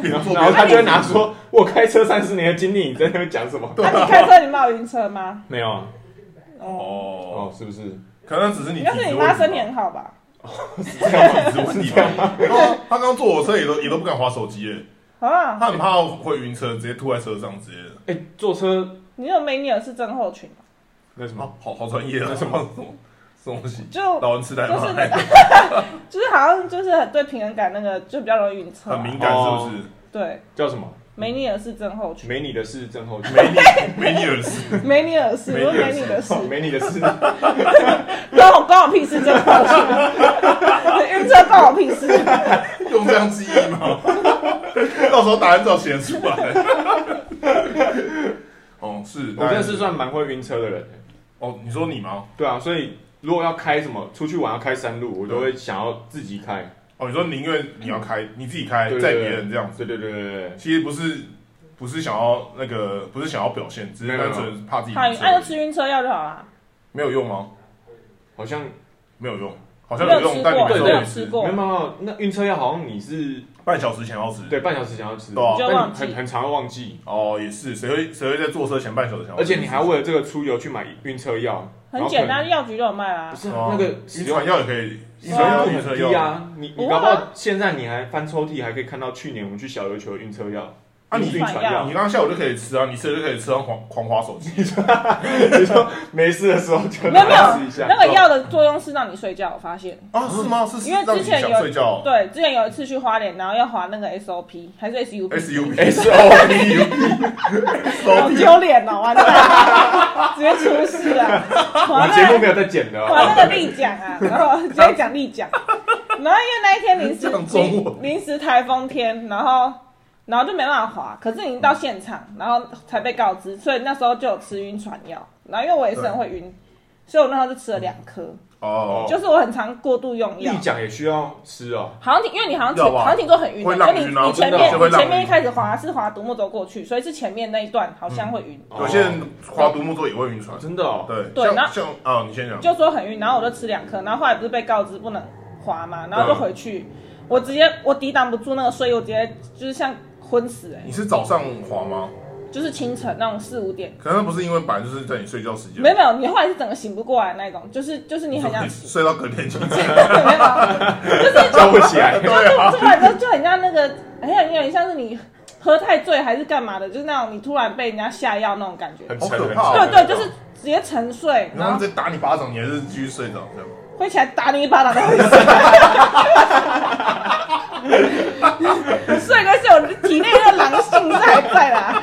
S3: 边坐
S2: 然后
S3: 边
S2: 她就会拿说我开车三十年的经历，你在那边讲什么？
S1: 那、啊你开车你妈有晕车吗？
S2: 没有啊，
S1: 哦，
S3: 哦，
S2: 哦，是不是？
S3: 可能只是你
S1: 应
S3: 体
S1: 该
S3: 质
S1: 是你
S3: 问
S1: 妈
S3: 题吧
S1: 身体很好吧？
S3: 体质 问题吧？他他刚坐我车也都也都不敢滑手机耶，
S1: 啊，
S3: 他很怕会晕车，直接吐在车上之类的。
S2: 哎，坐车
S1: 你有梅尼尔是症候群吗？
S2: 那什么？
S3: 好好好专业啊！什么什么什么东西？
S1: 就
S3: 老人痴呆吗？哎
S1: 就是那 就是好像就是很对平衡感那个就比较容易晕车啊、
S3: 很敏感是不是？
S2: 哦
S1: 对，
S2: 叫什么？
S1: 梅尼尔氏症候群，
S2: 没你的事症 候群，
S3: 没你没你耳事，
S1: 梅尼尔氏，
S3: 梅尼
S1: 不
S3: 尔
S1: 是
S3: 氏
S1: 梅尼尔氏，
S2: 没你的 事，
S1: 关我关我屁事症候群， 晕车关我屁事。
S3: 用这样记忆 吗？到时候答案照写得出来。哦，是，
S2: 我真的是算蛮会晕车的人。欸
S3: 哦，你说你吗？
S2: 对啊，所以如果要开什么出去玩要开山路，我都会想要自己开。
S3: 哦，你说宁愿你要开，你自己开，
S2: 嗯对对
S3: 载
S2: 对
S3: 别人这样子，
S2: 对对对对对，
S3: 其实不是不是想要那个，不是想要表现，只是单纯怕自己
S1: 好，
S3: 晕
S1: 那就
S3: 车，
S1: 吃晕车药就好啦。
S3: 没有用吗？
S2: 好像
S3: 没有用，好像
S1: 没有
S3: 用，
S1: 吃
S3: 但你
S1: 过，
S3: 没
S1: 没
S2: 对
S1: 有
S3: 有
S1: 吃
S3: 吃，
S2: 没
S1: 过
S2: 有，没有没有，那晕车药好像你是
S3: 半小时前要吃。
S2: 对半小时想要吃，
S3: 对啊
S2: 但
S1: 就忘
S2: 你
S1: 记
S2: 很很常会忘记，
S3: 哦，也是，谁会谁会在坐车前半小时前要吃？
S2: 而且你还为了这个出游去买晕车药，
S1: 很简单，药局都有卖啦
S2: 不。是
S3: 哦
S2: 啊那个使
S3: 晕
S2: 用
S3: 船药也可以，
S2: 使
S3: 晕
S2: 用
S3: 船药
S2: 度
S3: 晕
S2: 很
S3: 船
S2: 低
S3: 药。
S2: 啊，你
S1: 不
S2: 你
S1: 会
S2: 搞
S1: 啊
S2: 不好现在你还翻抽屉还可以看到去年我们去小琉球的晕车药
S3: 啊你
S2: 晕
S1: 晕
S2: 船
S1: 船药
S3: 你刚刚下午就可以吃啊，你吃了就可以吃到狂狂花手机。
S2: 你说没事的时候就
S1: 没有没
S2: 拿
S1: 有
S2: 试一下
S1: 那，个药的作用是让你睡觉，我发现。
S3: 啊，是吗？是
S1: 因为
S3: 让
S1: 之
S3: 你
S1: 前有
S3: 想睡觉
S1: 对，之前有一次去花莲，然后要划那个 SOP 还是 SUP，
S3: ，S U P
S2: S O P
S1: 好 丢脸哦，完蛋，直接出事了。
S2: 我
S1: 划
S2: 们节
S1: 那
S2: 目
S1: 个
S2: 没有在剪的哦，
S1: 划那个立桨啊，然后直接讲立桨。然后因为那一天临时
S3: 这样中文
S1: 临临时台风天，然后然后就没办法划，可是已经到现场，然后才被告知，所以那时候就有吃晕船药。然后因为我也是很会晕，所以我那时候就吃了两颗，
S3: 哦，
S1: 就是我很常过度用药
S2: 立。桨也需要吃哦，
S1: 好像挺，因为你好像挺
S3: 要吧
S1: 好像挺多很晕的，
S3: 会让
S1: 就你
S3: 晕啊
S1: 你前
S2: 真的
S1: 面
S2: 就
S3: 会
S1: 你
S3: 让
S1: 前面一
S3: 晕
S1: 开始滑是滑独木舟过去，所以是前面那一段好像会晕，
S3: 有些人划独木舟也会晕船。
S2: 真的哦，
S3: 对，
S1: 对那
S3: 像像啊，你先讲。
S1: 就说很晕，然后我就吃两颗，然后后来不是被告知不能滑嘛，
S3: 啊
S1: 然后就回去，我直接我抵挡不住那个睡意，我直接就是像昏死哎、
S3: 你是早上滑吗？
S1: 就是清晨那种四五点，
S3: 可能那不是因为本来就是在你睡觉时间，
S1: 没有没有，你后来是整个醒不过来那种，就是就是你很想
S3: 你
S1: 醒，
S3: 睡到隔天清晨。
S1: 没有， 就是
S2: 叫不起来，
S3: 对啊，
S1: 突然就就很像那个，很像有点像是你喝太醉还是干嘛的，就是那种你突然被人家下药那种感觉，
S2: 很
S3: 好
S2: 沉
S3: 可
S2: 很
S3: 怕哦
S2: 沉
S1: 对对，就是直接沉睡，
S3: 然
S1: 然
S3: 后
S1: 后
S3: 再打你巴掌，你还是继续睡着这样。
S1: 会起来打你一巴掌再回去。睡归睡，我体内那个狼性是还在啦，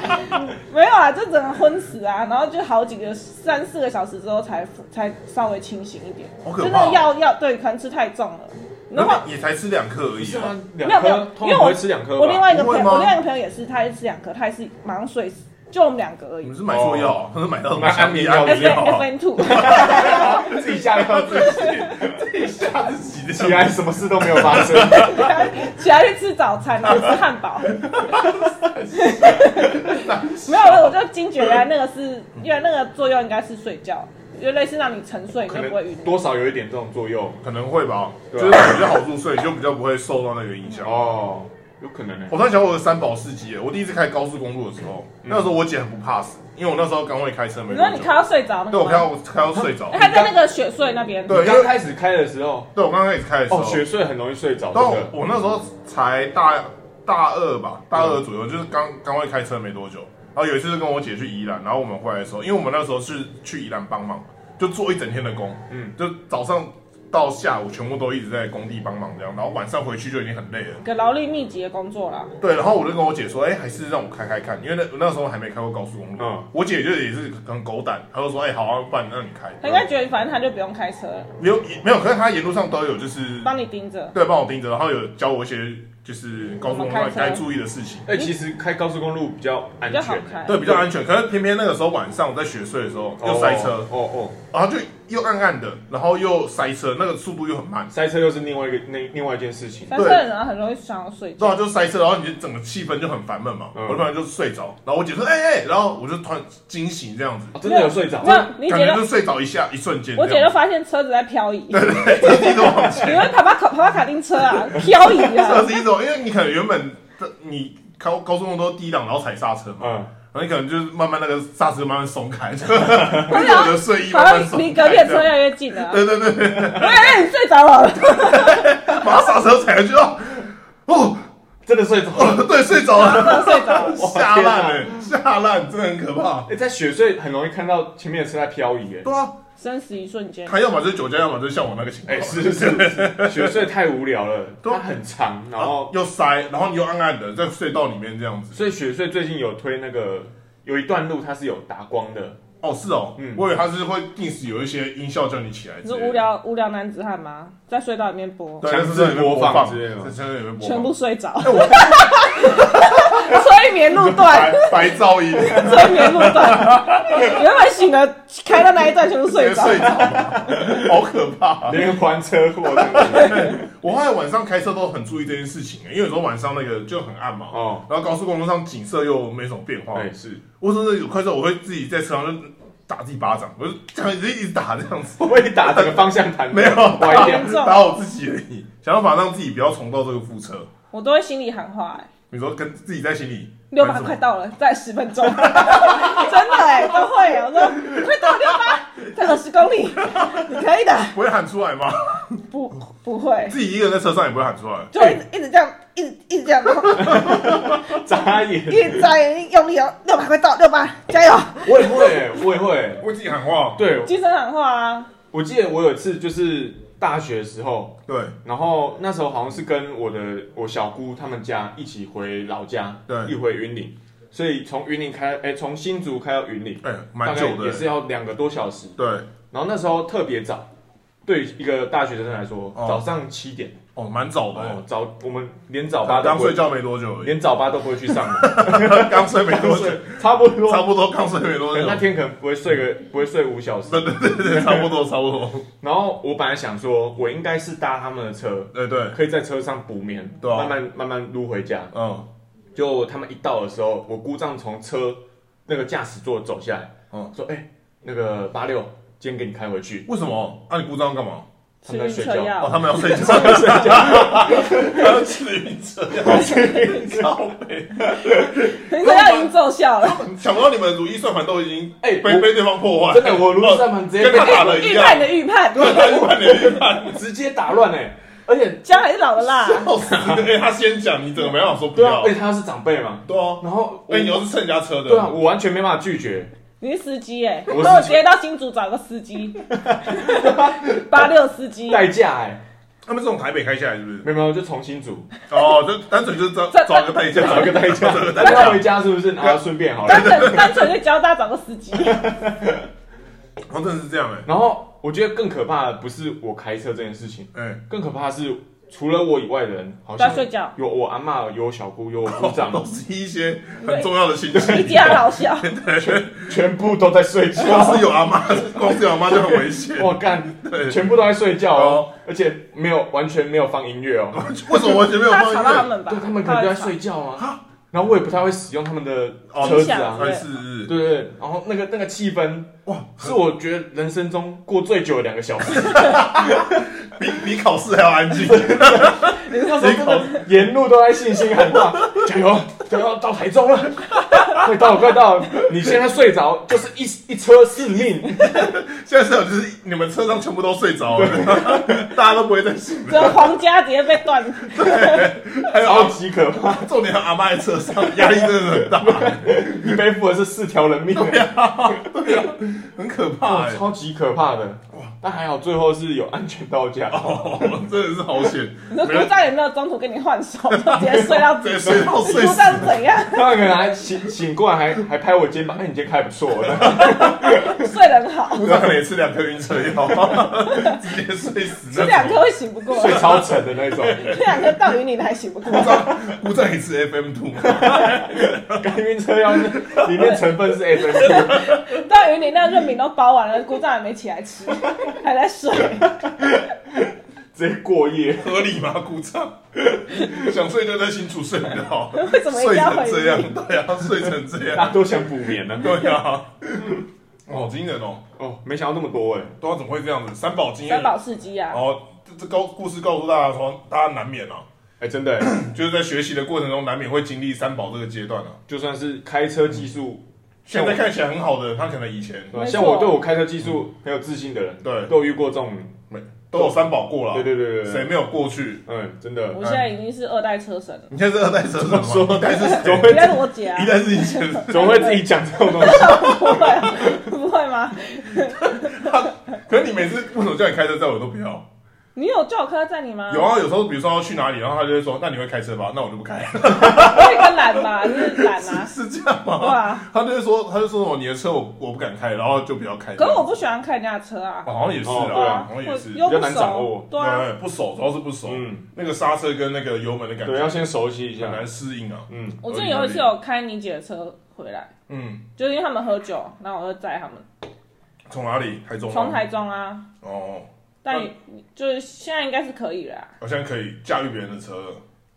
S1: 没有啊，就整个昏死啊，然后就好几个三四个小时之后才才稍微清醒一点，
S3: 好可
S1: 就
S3: 怕
S1: 那
S3: 哦
S1: 个药药对，可能吃太重了，然后
S3: 那你也才吃两克而
S2: 不
S3: 已
S2: 是
S3: 啊
S2: 啊，，
S1: 没
S2: 两
S1: 有没有
S2: 颗，通
S1: 因为
S2: 常不
S1: 我
S2: 会吃两颗吧？
S1: 我另外一个朋
S3: 不
S1: 友，
S3: 会吗
S1: 我另外一个朋友也是，他也吃两颗，他也是马上睡死，就我们两个而已
S3: 你
S2: 嗯
S3: 们。是买错药啊，他是买到什么安眠
S2: 买
S3: 药啊
S2: 安
S1: F
S3: 之
S2: 眠
S1: F
S3: 药
S1: N two，
S2: 自己吓一跳自己，
S3: 吓 自己的
S2: 起来什么事都没有发生，
S1: 起来去吃早 餐，然后吃汉堡。 没有，我就惊觉原啊来那个是，原来那个作用应该是睡觉，就类似让你沉睡，你
S2: 可
S1: 就不会晕
S2: 能。多少有一点这种作用
S3: 可能会吧，就
S2: 对啊
S3: 是比较好入睡，你就比较不会受到那个影响。
S2: 哦，有可能呢。
S3: 我突然想我的三宝司机耶，我第一次开高速公路的时候，
S2: 嗯
S3: 那时候我姐很不怕死，因为我那时候刚会开车没
S1: 你
S3: 多
S1: 说
S3: 久
S1: 你，开到睡着那
S3: 对
S1: 个
S3: 我开到
S1: 吗？
S3: 我开到睡着
S1: 哎，他在那个雪穗那边，
S3: 对
S2: 你刚开始开的时候，
S3: 对我刚开始开的时候，
S2: 哦，学睡很容易睡着，
S3: 但
S2: 真
S3: 我
S2: 的。
S3: 我那时候才大大二吧，大二
S2: 嗯
S3: 左右，就是刚刚会开车没多久。然后有一次是跟我姐去宜兰，然后我们回来的时候，因为我们那时候是去宜兰帮忙，就做一整天的工，
S2: 嗯，
S3: 就早上到下午全部都一直在工地帮忙这样，然后晚上回去就已经很累了。
S1: 一个劳力密集的工作啦。
S3: 对，然后我就跟我姐说，哎、还是让我开开看，因为那那时候还没开过高速公路。
S2: 嗯
S3: 我姐就也是很狗胆，她就说，哎、好啊，不然让你开。
S1: 他应该觉得反正他就不用开车了，
S3: 没有没有，可是她沿路上都有就是
S1: 帮你盯着。
S3: 对帮我盯着，然后有教我一些就是高速公路
S1: 怎么开车
S3: 该注意的事情。
S2: 哎，其实开高速公路比较安
S1: 比较好
S2: 全，欸
S1: 开，
S3: 对，比较安全。可是偏偏那个时候晚上我在雪隧的时候又塞车，
S2: 哦
S3: 然后就又暗暗的，然后又塞车，那个速度又很慢
S2: 哦，，塞车又是另外一个那另外一件事情。
S1: 但是人很容易想要睡
S3: 对
S1: 觉
S3: 啊，。就塞车，然后你就整个气氛就很烦闷嘛。
S2: 嗯
S3: 我突然就睡着，然后我姐说：“哎、哎、然后我就突然惊醒这样子，
S2: 哦真的有睡着
S1: 没，有，你
S3: 感
S1: 姐
S3: 觉
S1: 就
S3: 就睡着一下，一瞬间。
S1: 我
S3: 这
S1: 姐就
S3: 样
S1: 发现车子在漂移，
S3: 这是一种往前，
S1: 你们 跑跑卡跑跑卡丁车啊，漂移啊
S3: 这， 是一种，因为你可能原本你高高速公路都低档，然后踩刹车嘛，
S2: 嗯，
S3: 然后你可能就是慢慢那个刹车慢慢松开，就
S1: 不是
S3: 我
S1: 啊，
S3: 的睡衣慢
S1: 好
S3: 慢
S1: 像离
S3: 松
S1: 隔壁
S3: 开
S1: 的车
S3: 这
S1: 越
S3: 样，
S1: 来越近了啊。哎
S3: 对对对。”
S1: 我以为你睡着了，
S3: 马上刹车踩下去哦，哦，
S2: 真的睡着 了。
S3: 哦，对，睡着了，
S1: 睡着了。
S3: 吓烂了，吓烂，真的很可怕。
S2: 哎，在雪隧很容易看到前面的车在漂移，哎，
S3: 对啊，
S1: 生死一瞬间，
S3: 他要么就是酒驾，要么就是像我那个情况。
S2: 哎，是是是，雪隧太无聊了，
S3: 对啊
S2: 它很长，然
S3: 然后
S2: 后
S3: 又塞，然后你又暗暗的在隧道里面这样子。
S2: 所以雪隧最近有推那个有一段路它是有打光的，
S3: 哦，是哦，
S2: 嗯
S3: 我以为他是会定时有一些音效叫你起来
S1: 你
S3: 之
S1: 是
S3: 类的。
S1: 无聊无聊男子汉吗？在隧道里面播，
S3: 对，
S2: 强制
S3: 在里面播
S2: 播放之类的吗
S3: 在在里面播放，
S1: 全部睡着，
S3: 哎我
S1: 催眠路段
S3: 白，白 噪音，
S1: 催眠路 段，原本醒了开到那一段全部睡
S3: 睡
S1: 着，
S3: 睡着， 好可怕。
S2: 连环车祸这个。
S3: 我后来晚上开车都很注意这件事情，因为有时候晚上那个就很暗嘛，
S2: 哦，
S3: 然后高速公路上景色又没什么变化，
S2: 哎是，
S3: 我真的有快车，我会自己在车上就打自己巴掌，我就这样一直一直打这样子，
S2: 我被打整个方向盘
S3: 没有
S2: 歪掉
S1: 严，重
S3: 打我自己而已，想办法让自己不要重蹈这个覆辙。
S1: 我都会心里喊话、哎，
S3: 你说跟自己在心里
S1: 六八快，到了，再十分钟，真 的哎、都会，我说快到六八，再走十公里， 你可以的，
S3: 不会喊出来吗？
S1: 不不会，
S3: 自己一个人在车上也不会喊出来。
S1: 就一直一直这样，一直一直这样，然后
S2: 眨眼。
S1: 一直眨眼用力哦，六八快到，六八加油，
S2: 我也会，我也会。
S3: 为自己喊话，
S2: 对，
S1: 精神喊话啊，
S2: 我记得我有一次就是大学的时候，
S3: 对
S2: 然后那时候好像是跟我的我小姑他们家一起回老家，
S3: 对
S2: 一回云林，所以从云林开，哎，从新竹开到云林，
S3: 哎，
S2: 大
S3: 蛮
S2: 概
S3: 久
S2: 也是
S3: 的，
S2: 要两个多小时。
S3: 对，
S2: 然后那时候特别早，对于一个大学生来说，
S3: 哦
S2: 早上七点，
S3: 哦，蛮早的
S2: 哦，，早我们连早八
S3: 刚
S2: 都
S3: 刚
S2: 不
S3: 睡
S2: 会，
S3: 觉没多久而已，
S2: 连早八都不会去上的，
S3: 刚睡没多久，
S2: 差不多，
S3: 差不多刚睡没多
S2: 可能
S3: 久
S2: 那，天可能不会睡个不会睡五小时，
S3: 对对对对，差不多差不多，
S2: 然后我本来想说，我应该是搭他们的车，
S3: 对对，
S2: 可以在车上补眠，
S3: 对啊
S2: 慢慢慢慢撸回家。
S3: 嗯，
S2: 就他们一到的时候，我姑丈从车那个驾驶座走下来，
S3: 嗯
S2: 说：“哎、那个八六，今天给你开回去。
S3: 为什么？啊那你故障干嘛？
S2: 他们在睡
S1: 吃晕
S2: 觉
S1: 车药
S3: 哦，他们要 睡觉，
S2: 啊睡 觉，
S3: 他要吃晕车， 靠背。
S1: 精神要已经奏效了。
S3: 想不到你们的如意算盘都已经
S2: 哎
S3: 被
S2: 我
S3: 被对方破坏，
S2: 真的，我如意算盘直接
S3: 跟他
S2: 被
S3: 打的一
S1: 预
S3: 样，
S1: 判的预判，
S2: 直接打乱哎、而且
S1: 姜还是老的辣，
S3: 笑死！ 哎，他先讲，你怎么没办法说不
S2: 对啊，
S3: 要
S2: 而？且他是长辈嘛，
S3: 对啊，
S2: 然后我
S3: 哎，你又是蹭人家车的，
S2: 对啊，我完全没办法拒绝，
S1: 你是司机哎、
S2: 我是司机
S1: 我有直接到新竹找个司机，八六司机，
S2: 代驾哎、
S3: 他们是从台北开下来是不是？
S2: 没有没有，就重新组，
S3: 哦，就单纯就是找
S1: 这
S3: 找个代驾，
S2: 找一个代驾，
S3: 找个代
S2: 带他
S3: 驾
S2: 回。家是不是？然后顺便好了
S1: 单。纯单纯就教大家找个司机，
S3: 然后真的是这样哎
S2: 然后我觉得更可怕的不是我开车这件事情，
S3: 哎，
S2: 更可怕的是除了我以外的人，好
S1: 在
S2: 像
S1: 睡觉，
S2: 有我阿妈，有我小姑，有我姑 丈，
S3: 都是一些很重要的信息。
S1: 一家老小，
S2: 全部都在睡觉。
S3: 光是有阿妈，光是有阿妈就很危险。
S2: 我干，
S3: 对，
S2: 全部都在睡觉哦，而且没有完全没有放音乐 哦，
S3: 为什么完全没有
S1: 怕
S3: 放音
S1: 吵到他
S3: 乐？
S1: 们吧？
S2: 对他们可能就在睡觉啊。然后我也不太会使用他们的车子啊
S1: 哦，
S3: 哎，是是，
S2: 对对对。然后那个那个气氛，
S3: 哇，
S2: 是我觉得人生中过最久的两个小时。
S3: 比比考试还要安静。
S2: 那时候真的沿路都在信心喊话：“加油，加油，到台中了，快到了，快到了！你现在睡着就是一一车是命。
S3: 现在是有啊就是你们车上全部都睡着了，大家都不会再醒
S1: 这皇家直接被断，
S3: 还”有
S2: 超
S3: 阿
S2: 级可怕，
S3: 重点还有阿妈在车上，压力真的很大，
S2: 你背负的是四条人命，
S3: 很可怕
S2: 哇
S3: 哎、欸！
S2: 超级可怕的。但还好最后是有安全到家。
S3: 哦，真的是好险，
S1: 你说
S3: 没人
S1: 姑丈有没有中途跟你换手，就直接睡到
S3: 直接睡到睡
S1: 姑
S3: 死。
S1: 丈怎样？
S2: 他们可能还醒醒过来还，还拍我肩膀，哎、你今天开不错了。
S1: 睡得很好，
S3: 不知道可能也吃两颗晕车药，直接睡死
S1: 这
S3: 那
S1: 两
S3: 种。
S1: 颗会醒不过，
S2: 睡超沉的那种，
S1: 这两颗到云林还醒不过，
S3: 故障也吃 FM two
S2: 干晕车药里面成分是 S N
S1: 到云林那润饼都包完了，姑丈还没起来吃，还在睡，
S2: 直接过夜。
S3: 合理吗？故障想睡就在新竹睡不到，
S1: 为什么一定
S3: 睡
S1: 要
S3: 成
S1: 回
S3: 这
S1: 云林？
S3: 样，对啊，睡成这
S2: 大
S3: 样，
S2: 家都想补眠呢、
S3: 对啊，哦，好惊人哦！
S2: 哦，没想到那么多哎、
S3: 对啊，怎么会这样子？三宝经验
S1: 三宝司机啊
S3: 然，后这这告故事告诉大家说，大家难免啊，
S2: 哎、真的、哎
S3: 就是在学习的过程中，难免会经历三宝这个阶段啊。
S2: 就算是开车技术，
S1: 嗯
S3: 现在看起来很好的，他可能以前
S2: 对吧
S1: 没错嗯
S2: 像我对我开车技术很有自信的人，
S3: 对
S2: 都有遇过这种
S3: 没都有三宝过了，
S2: 对对对对
S3: 谁
S2: 对，
S3: 没有过去？
S2: 嗯，真的
S1: 啊我现在已经是二代车神了，
S3: 你现在是二代车神吗？
S2: 说
S3: 一代是 谁
S2: 总
S1: 应
S2: 会
S1: 该是我姐啊
S3: 一，代是以前的，
S2: 总会自己讲这种东西，
S1: 不会啊， 不会吗？
S3: 可是你每次为什么叫你开车载我都不要？
S1: 你有叫我开车载你吗？
S3: 有啊，有时候比如说要去哪里，然后他就会说，那你会开车吧？那我就不开，
S1: 我也跟懒吧，就是懒啊，
S3: 是这样
S1: 对
S3: 吗？
S1: 啊。
S3: 他就会说，他就说什么你的车我我不敢开，然后就不要开。
S1: 可是我不喜欢开人家的车啊，
S3: 哦好像也是
S2: 哦对
S3: 啦，
S1: 啊
S3: 好像也是，
S1: 又
S2: 比较
S1: 不
S2: 难掌握
S1: 熟，对啊，
S3: 不熟，主要是不熟，
S2: 嗯，
S3: 那个刹车跟那个油门的感
S2: 对，要
S3: 觉
S2: 先熟悉一
S3: 很
S2: 下，
S3: 难适应啊。
S2: 嗯，
S1: 我之前有一次有开你姐的车回来，
S3: 嗯，
S1: 就是因为他们喝酒，然后我就载他们
S3: 从哪里？台中吗？
S1: 从台中啊，
S3: 哦，
S1: 但你你就是现在应该是可以了啊，
S3: 好像可以驾驭别人的车了，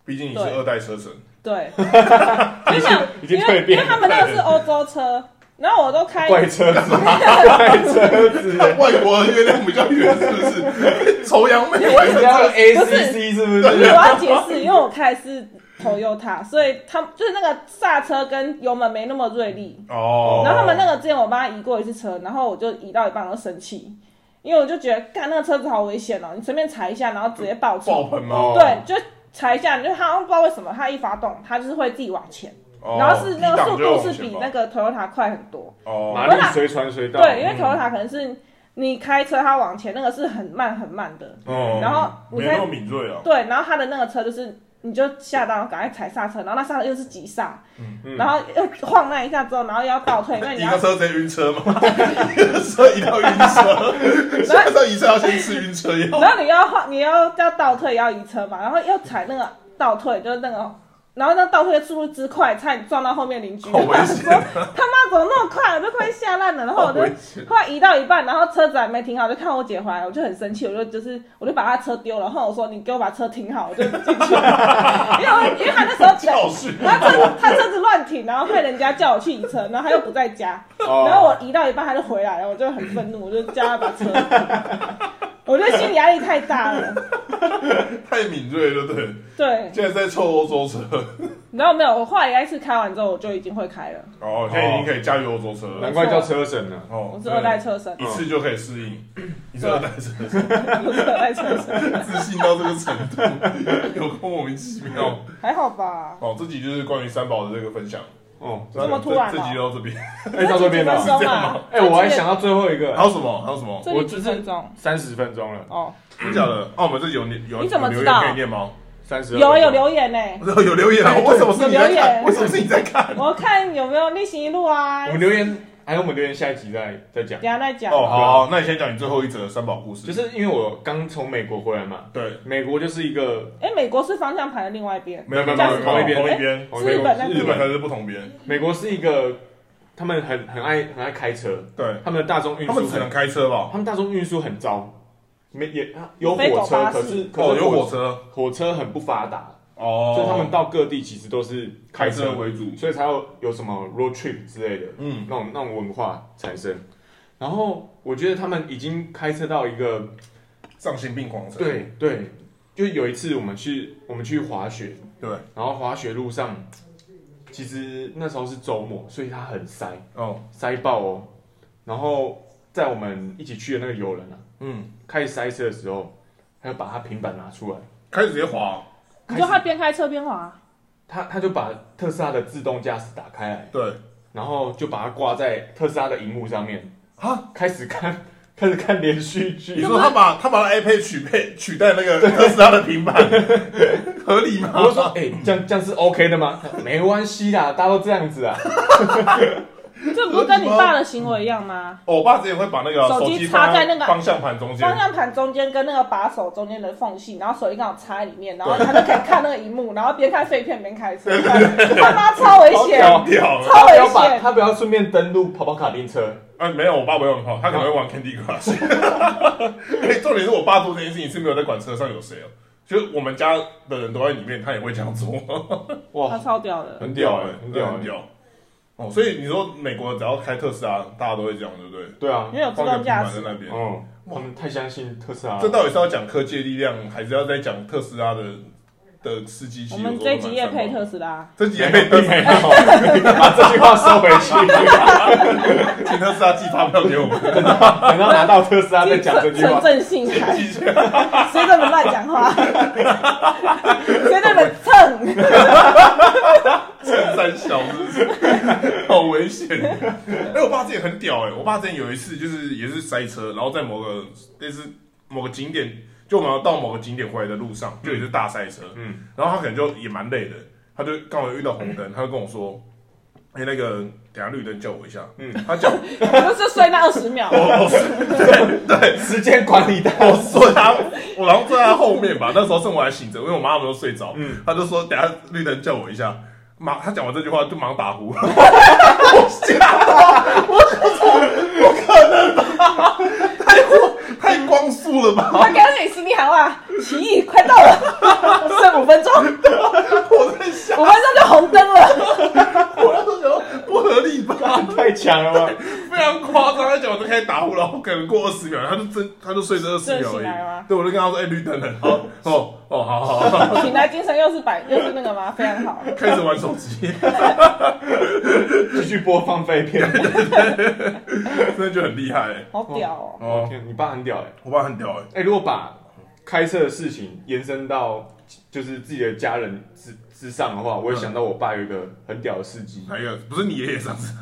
S3: 毕竟你是
S1: 对
S3: 二代车神。
S1: 对，就像
S2: 已经
S1: 因
S2: 蜕
S1: 为因为
S2: 变，
S1: 他们那个是欧洲车，然后我都开，
S2: 怪车子，啊 怪车子，
S3: 外国的月亮比较圆，是不是？ 崇洋媚外
S2: 人家用 ACC 是不
S1: 我
S2: 是？
S1: 要解释，因为我开的是 Toyota，所以他们就是那个刹车跟油门没那么锐利，
S3: 哦
S1: 然后他们那个之前我帮他移过一次车，然后我就移到一半我就生气，因为我就觉得干那个车子好危险哦，你随便踩一下然后直接爆
S3: 爆
S1: 冲，
S3: 棚吗？
S2: 哦
S1: 对，就踩一下，就他好像不知道为什么他一发动它就是会自己往前，
S3: 哦
S1: 然后是那个速度是比
S3: 低档就往前跑
S1: 那个 Toyota 快很多，
S3: 哦
S2: 马力随传随到，
S1: 对，因为 Toyota 可能是你开车它往前那个是很慢很慢的，
S3: 哦
S1: 然后你
S3: 没有那么
S1: 看
S3: 敏锐啊。
S1: 对，然后他的那个车就是。你就吓到，赶快踩刹车，然后那刹车又是急刹，
S2: 嗯
S1: 然后又晃那一下之后，然后又要倒 退，那你
S3: 一
S1: 要
S3: 个车直接晕车吗？一个车一定要 晕车，下上一次要先吃晕车药。
S1: 然后你要换，你要要倒退，要移车嘛，然后又踩那个倒退，就是那个，然后那倒退的速度之快，差点撞到后面邻居。
S3: 好危
S1: 我
S3: 险
S1: 说他妈怎么那么快，我都快吓烂了。然后我就
S3: 好危险
S1: 后来移到一半，然后车子还没停好，就看我姐回来，我就很生气，我就就是我就把她车丢了。后来我说你给我把车停好，我就进去 了，因为我因为他那时候
S3: 教训
S1: 他车子他车子乱停，然后害人家叫我去移车，然后他又不在家。
S2: 哦
S1: 然后我移到一半，他就回来了，我就很愤怒，我就叫他把车， 我觉得心理压力太大了。
S3: 太敏锐了，对。
S1: 对，
S3: 现在在凑欧洲车，
S1: 然后没有，我后来那一次开完之后，我就已经会开了，
S3: 哦，现在已经可以驾驭欧洲车了
S2: 嗯难。怪叫车神啊呢。
S3: 哦，
S1: 我是二代车神
S3: 真，的，一次就可以适应。 你是二代车神，
S1: 我是二代车神，
S3: 自信到这个程度，有空莫名其妙。
S1: 还好吧？
S3: 哦，这集就是关于三宝的这个分享。
S2: 哦，
S1: 这么突然哦
S3: 这这集到这边，
S2: 哎，到这边
S1: 几分
S2: 了。
S1: 钟啊？
S2: 哎，我还想到最后一个
S3: 还，有什么？还有什么？
S1: 这
S2: 我
S1: 里
S2: 就
S1: 几
S2: 是
S1: 分钟
S2: 三十分钟了，
S1: 哦，
S3: 真假的？哦，我们这集有有
S1: 你怎么
S3: 有留
S1: 知
S3: 言
S1: 道
S3: 可以念吗？
S2: 三十
S1: 有啊有留言呢、
S3: 有留言啊？为什么是你在
S1: 哎有留
S3: 看？
S1: 言
S3: 为什么是你在看？
S1: 我看有没有逆行一路啊？
S2: 我
S1: 等
S2: 们留言，还有我们留言下一集再再讲
S1: 一。下再讲。
S3: 哦，好，那你先讲你最后一则三宝故事。
S2: 就是因为我刚从美国回来嘛，
S3: 对，
S2: 美国就是一个
S1: 哎、美国是方向盘的另外一边，
S3: 没有没有
S1: 这
S3: 没
S1: 样
S3: 有
S1: 子
S3: 同一边
S1: 吗
S3: 同一
S1: 哎
S3: 边，
S2: 哦
S1: 是
S2: 美
S1: 日
S2: 国
S1: 本那
S3: 日本才是不同边。
S2: 美国是一个，他们很很爱很爱开车，
S3: 对，
S2: 他们的大众运
S3: 他们
S2: 输
S3: 只能
S2: 很，
S3: 开车吧？
S2: 他们大众运输很糟，没也啊有
S1: 非
S2: 火
S1: 狗
S2: 车，
S1: 巴士
S2: 可是可
S3: 哦，
S2: 是
S3: 有
S2: 火
S3: 火车
S2: 火车很不发达，
S3: 哦，
S2: 所以他们到各地其实都是
S3: 开
S2: 开
S3: 车
S2: 车，
S3: 为主。
S2: 所以才有有什么 road trip 之类的
S3: 嗯，
S2: 那种那种文化产生。然后我觉得他们已经开车到一个
S3: 丧心病狂车。
S2: 对对，就有一次我们去我们去滑雪，
S3: 对，
S2: 然后滑雪路上，其实那时候是周末，所以它很塞，
S3: 哦，
S2: 塞爆哦。然后在我们一起去的那个游人啊，
S3: 嗯，
S2: 开始塞车的时候，他就把他平板拿出来，
S3: 开始直接滑。
S1: 你说他边开车边滑，
S2: 他他就把特斯拉的自动驾驶打开来，
S3: 对，
S2: 然后就把它挂在特斯拉的荧幕上面，
S3: 啊，
S2: 开始看 开始看连续
S3: 你
S2: 剧。
S3: 说他把他把 iPad 取配取代那个特斯拉的平 板，合理吗？
S2: 我就说，哎、这样这样是 OK 的吗？没关系啦，大家都这样子啊。
S1: 这不是跟你爸的行为一样吗？
S3: 哦我爸之前会把那个
S1: 手机
S3: 机
S1: 插
S3: 放
S1: 在那个
S3: 方向盘中间
S1: 方，向盘中间跟那个把手中间的缝隙，然后手机刚好插在里面，然后他就可以看那个荧幕，然后边看废片边开车，他妈超危险，
S2: 好屌
S3: 掉了。
S1: 超
S2: 他不
S1: 危
S2: 要把
S1: 险！
S2: 他不要顺便登录跑跑卡丁车，
S3: 啊，没有，我爸不会玩跑，他可能会
S2: 啊
S3: 玩 Candy Crush。哎重点是我爸做这件事情是没有在管车上有谁哦，就是我们家的人都在里面，他也会这样做，
S1: 他
S2: 哇，
S1: 超屌的，
S2: 很屌 哎、很
S3: 很
S2: 屌
S3: 屌
S2: 哎、
S3: 很屌。哦，所以你说美国只要开特斯拉，大家都会这样，对不对？
S2: 对啊
S1: 因，为有自
S3: 放个
S1: 动
S3: 平
S1: 驾
S3: 板在
S1: 驶，
S3: 那边，
S2: 嗯，他们太相信特斯拉
S3: 这
S2: 了，
S3: 到底是要讲科技的力量，还是要再讲特斯拉的的司机其
S1: 我
S3: 实有
S1: 们
S3: 时候
S1: 这
S3: 都
S1: 集
S3: 蛮
S1: 夜
S3: 残暴
S1: 配特斯拉，
S3: 这集也
S2: 没
S3: 配特斯
S2: 没有， 把这句话收回 去，
S3: 拉，请特斯拉寄发票给我们。
S2: 等到拿到特斯拉再
S1: 陈
S2: 讲这句
S1: 陈
S2: 话。
S1: 正信还，谁在那边乱讲话？谁在那边蹭？
S3: 衬衫小是不是？ 好危险！哎、我爸之前很屌哎、我爸之前有一次就是也是塞车，然后在某个类似某个景点，就我们要到某个景点回来的路上，就也是大塞车，嗯
S2: 嗯，
S3: 然后他可能就也蛮累的，他就刚好遇到红 灯，他就跟我说。哎、那个，等下绿灯叫我一下。嗯，他叫我，
S1: 我就是睡那二十秒，
S3: 我
S2: 时间管理大
S3: 我坐在他，我然后坐在他后面吧。那时候剩我还醒着，因为我妈他们都睡着。嗯，他就说等下绿灯叫我一下。马，他讲完这句话就 忙打呼。太光速了吧！
S1: 他刚刚你心里喊话，奇异快到了，剩五分钟，五
S3: 我在想，
S1: 分钟就红灯了。
S3: 我那时候不合理吧？
S2: 太强了吧？
S3: 非常夸张，他讲我就开始打呼，然后可能过二十秒，他就真他就睡着二十
S1: 真的
S3: 秒
S1: 醒来
S3: 而
S1: 吗
S3: 已。 对，我就跟他说：“哎、绿灯了。” 哦哦哦，好好好，
S1: 醒来精神又是百，又是那个吗？非常好。
S3: 开始玩手机，
S2: 继续播放废片。
S3: 真的就很厉害、欸。
S1: 好屌哦！
S2: 哦
S3: 哦，，
S2: 天，你爸很屌哎！
S3: 我爸很屌哎、
S2: 哎，如果把开车的事情延伸到就是自己的家人之之上的话，我也想到我爸有一个很屌的司机，
S3: 哪一个？哎不是你爷爷 上次，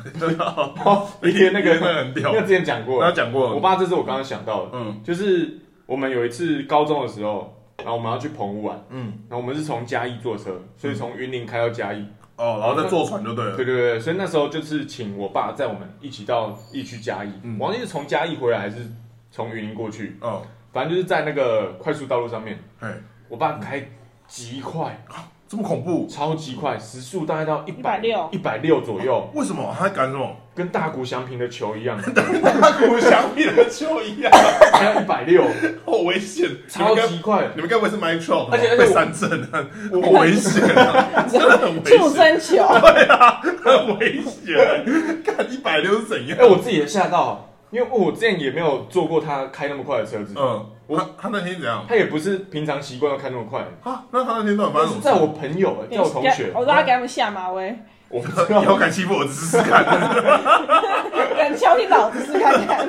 S2: 哦， 一天那
S3: 你爷爷
S2: 个
S3: 很屌
S2: 那嗯个之前讲过
S3: 他，讲过，
S2: 我爸这是我刚刚想到的，
S3: 嗯
S2: 就是我们有一次高中的时候，然后我们要去澎湖玩，
S3: 嗯，
S2: 然后我们是从嘉义坐车，所以从云林开到嘉义，
S3: 哦，然后再坐船就对了。
S2: 对对对，所以那时候就是请我爸载我们一起到义区嘉义，
S3: 嗯
S2: 我忘记是从嘉义回来还是从云林过去，
S3: 哦，
S2: 反正就是在那个快速道路上面，
S3: 嘿，
S2: 我
S3: 嗯
S2: 爸开极快，
S3: 这么恐怖，
S2: 超级快，时速大概到一
S1: 160
S2: 一百六左右，
S3: 为什么他敢什么？
S2: 跟大谷翔平的球 一样，
S3: 他跟我想你的球一样，
S2: 还要一百六，
S3: 好危险，
S2: 超级快。
S3: 你们该不会是 Mike Trout 吧
S2: 而且而且
S3: 被
S2: 我
S3: 三振啊？好危险啊！ 真的很危
S1: 畜
S3: 险，
S1: 生球，
S3: 很危险。看一百六是怎样
S2: 哎、？我自己也吓到，因为我之前也没有坐过他开那么快的车子，
S3: 嗯，
S2: 我
S3: 他他那天怎样？
S2: 他也不是平常习惯要开那么快，
S3: 啊，那他那天到底发
S2: 但
S3: 生什
S2: 是
S3: 么？
S2: 在我，朋友、在我同学，
S1: 我说他给他们下马威，
S2: 我 不知
S3: 以后
S2: 道，
S3: 敢欺负我试试 看。
S1: 敢敲你老子试看看。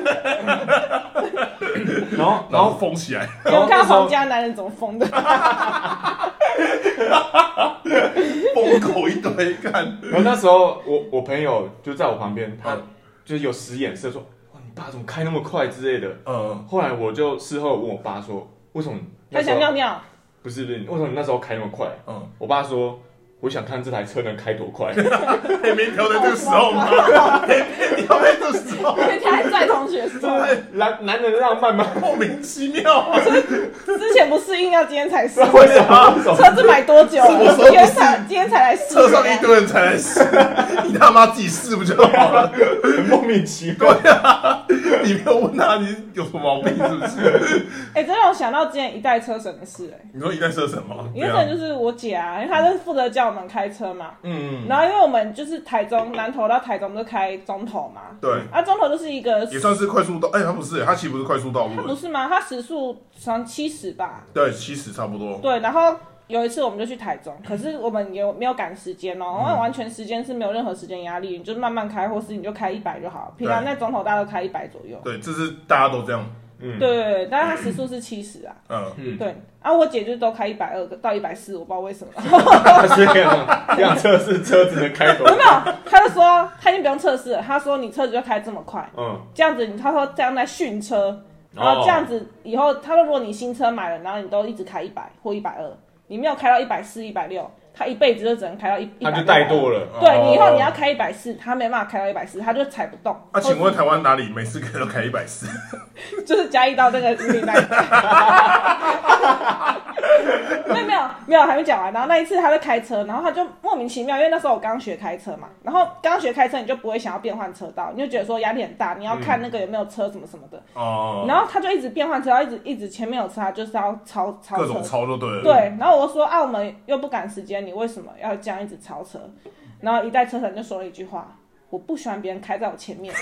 S2: 然后 然
S3: 然后
S2: 后
S3: 封起来，
S1: 你
S2: 然
S1: 有
S2: 后
S1: 看
S2: 那
S1: 到
S2: 时候
S1: 皇家男人怎么疯的？
S3: 封口一堆，看
S2: 然后那时候我我朋友就在我旁边，他
S3: 嗯
S2: 就是有使眼色说，哇你爸怎么开那么快之类的。
S3: 嗯，
S2: 后来我就事后问我爸说，为什么你
S1: 他
S2: 那时
S1: 想
S2: 候
S1: 尿尿，
S2: 不是不是，为什么你那时候开那么快？
S3: 嗯，
S2: 我爸说。我想看这台车能开多快，
S3: 黑面条在这个时候吗？黑面条在这个时候，
S1: 而且他还拽同学说，
S2: 男男人浪漫 吗？
S3: 莫名其妙啊！
S1: 之前不适应，要今天才适应。
S2: 为什么？
S1: 车子买多久？
S3: 我说不是
S1: 今天才今天才来试。
S3: 车上一堆人才来试， 你他妈自己试不就好了？
S2: 很莫名其妙。
S3: 你没有问他你有什么毛病是不是？
S1: 哎，这让我想到之前一代车神的事，哎，
S3: 你说一代射什么？
S1: 因为这就是我姐啊，因为她是负责教我们开车嘛。
S3: 嗯，
S1: 然后因为我们就是台中南投到台中都开中投嘛，
S3: 对。
S1: 啊，中投就是一个
S3: 也算是快速道，哎、它不是，它其实不是快速道路，
S1: 不是吗？它时速从七十吧，
S3: 对，七十差不多。
S1: 对，然后有一次我们就去台中，可是我们也没有赶时间哦，
S3: 嗯
S1: 因为完全时间是没有任何时间压力，你就慢慢开，或是你就开一百就好。平常在总统大都开一百左右。
S3: 对，这是大家都这样，
S2: 嗯，
S1: 对对对，但是它时速是七十啊，
S3: 嗯，
S2: 嗯
S1: 对，啊，我姐就都开一百二到一百四，我不知道为什么。
S2: 所以这辆车是车子能开多
S1: 没有，她就说她已经不用测试了，她说你车子就开这么快，
S2: 嗯，
S1: 这样子你，她说这样在训车，
S2: 哦
S1: 然后这样子以后，她说如果你新车买了，然后你都一直开一百或一百二，你没有开到一百四、一百六，她一辈子就只能开到一，
S2: 他就
S1: 160
S2: 怠惰 了。
S1: 对你以后你要
S3: 哦。
S1: 开一百四，他没办法开到一百四，他就踩不动。
S3: 啊，请问台湾哪里每次可以都开一百四？
S1: 就是加一到那个云林那 里没有没有没有还没讲完。然后那一次他在开车，然后他就莫名其妙，因为那时候我刚学开车嘛，然后刚学开车你就不会想要变换车道，你就觉得说压力很大，你要看那个有没有车什么什么的。
S3: 哦，
S1: 然后他就一直变换车道，一直一直前面有车，他就是要超超
S3: 各
S1: 车
S3: 种超就对了。
S1: 对，，然后我说啊，我们又不赶时间，你为什么要这样一直超车？然后一代车神就说了一句话：“我不喜欢别人开在我前面。”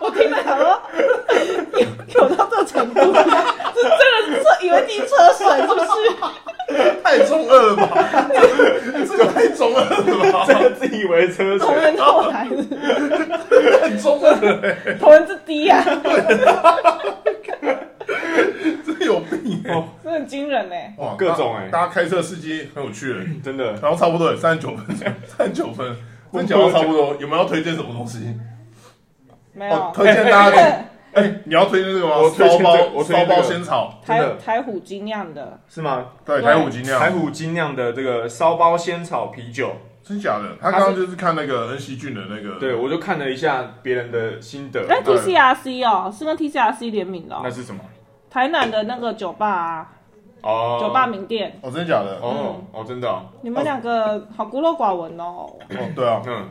S1: 我听哦了想 说， 有有到这程度，这真的是以为自己车神是不是？同人后来是
S2: 为车险，很中 二的欸
S1: 同人之低啊，
S3: 真有病欸
S2: 哦，
S1: 真的很惊人呢、
S3: 哇
S2: 各种欸
S3: 大大家开车司机很有趣欸，
S2: 真的。
S3: 然后差不多欸三十九分钟，三十九分，我们讲到差不多，有没有要推荐什么东西？
S1: 没有
S3: 哦，，推荐大
S1: 那
S3: 家，
S1: 个
S3: 哎，你要推荐这个吗
S2: 我？推
S3: 烧
S2: 荐这个
S3: 包，
S2: 我推荐
S3: 烧
S2: 这个
S3: 包仙草，
S2: 真
S1: 台
S2: 的
S1: 台虎精酿的，
S2: 是吗？
S3: 对，
S1: 对
S3: 台虎精
S2: 台
S3: 酿，
S2: 虎精酿的这个烧包仙草啤酒，
S3: 真假的？他刚刚就是看那个恩熙俊的那个，
S2: 对我就看了一下别人的心得，
S1: 哎
S3: 对
S1: ，TCRC 哦，是跟 TCRC 联名的、
S2: 那
S1: 哦，
S2: 是什么？
S1: 台南的那个酒吧、啊，
S2: 哦，
S1: 酒吧嗯名店，
S3: 哦，真假的？哦，
S2: 哦哦，真的哦，
S1: 你们两个好孤陋寡闻 哦，
S3: 对啊，
S2: 嗯，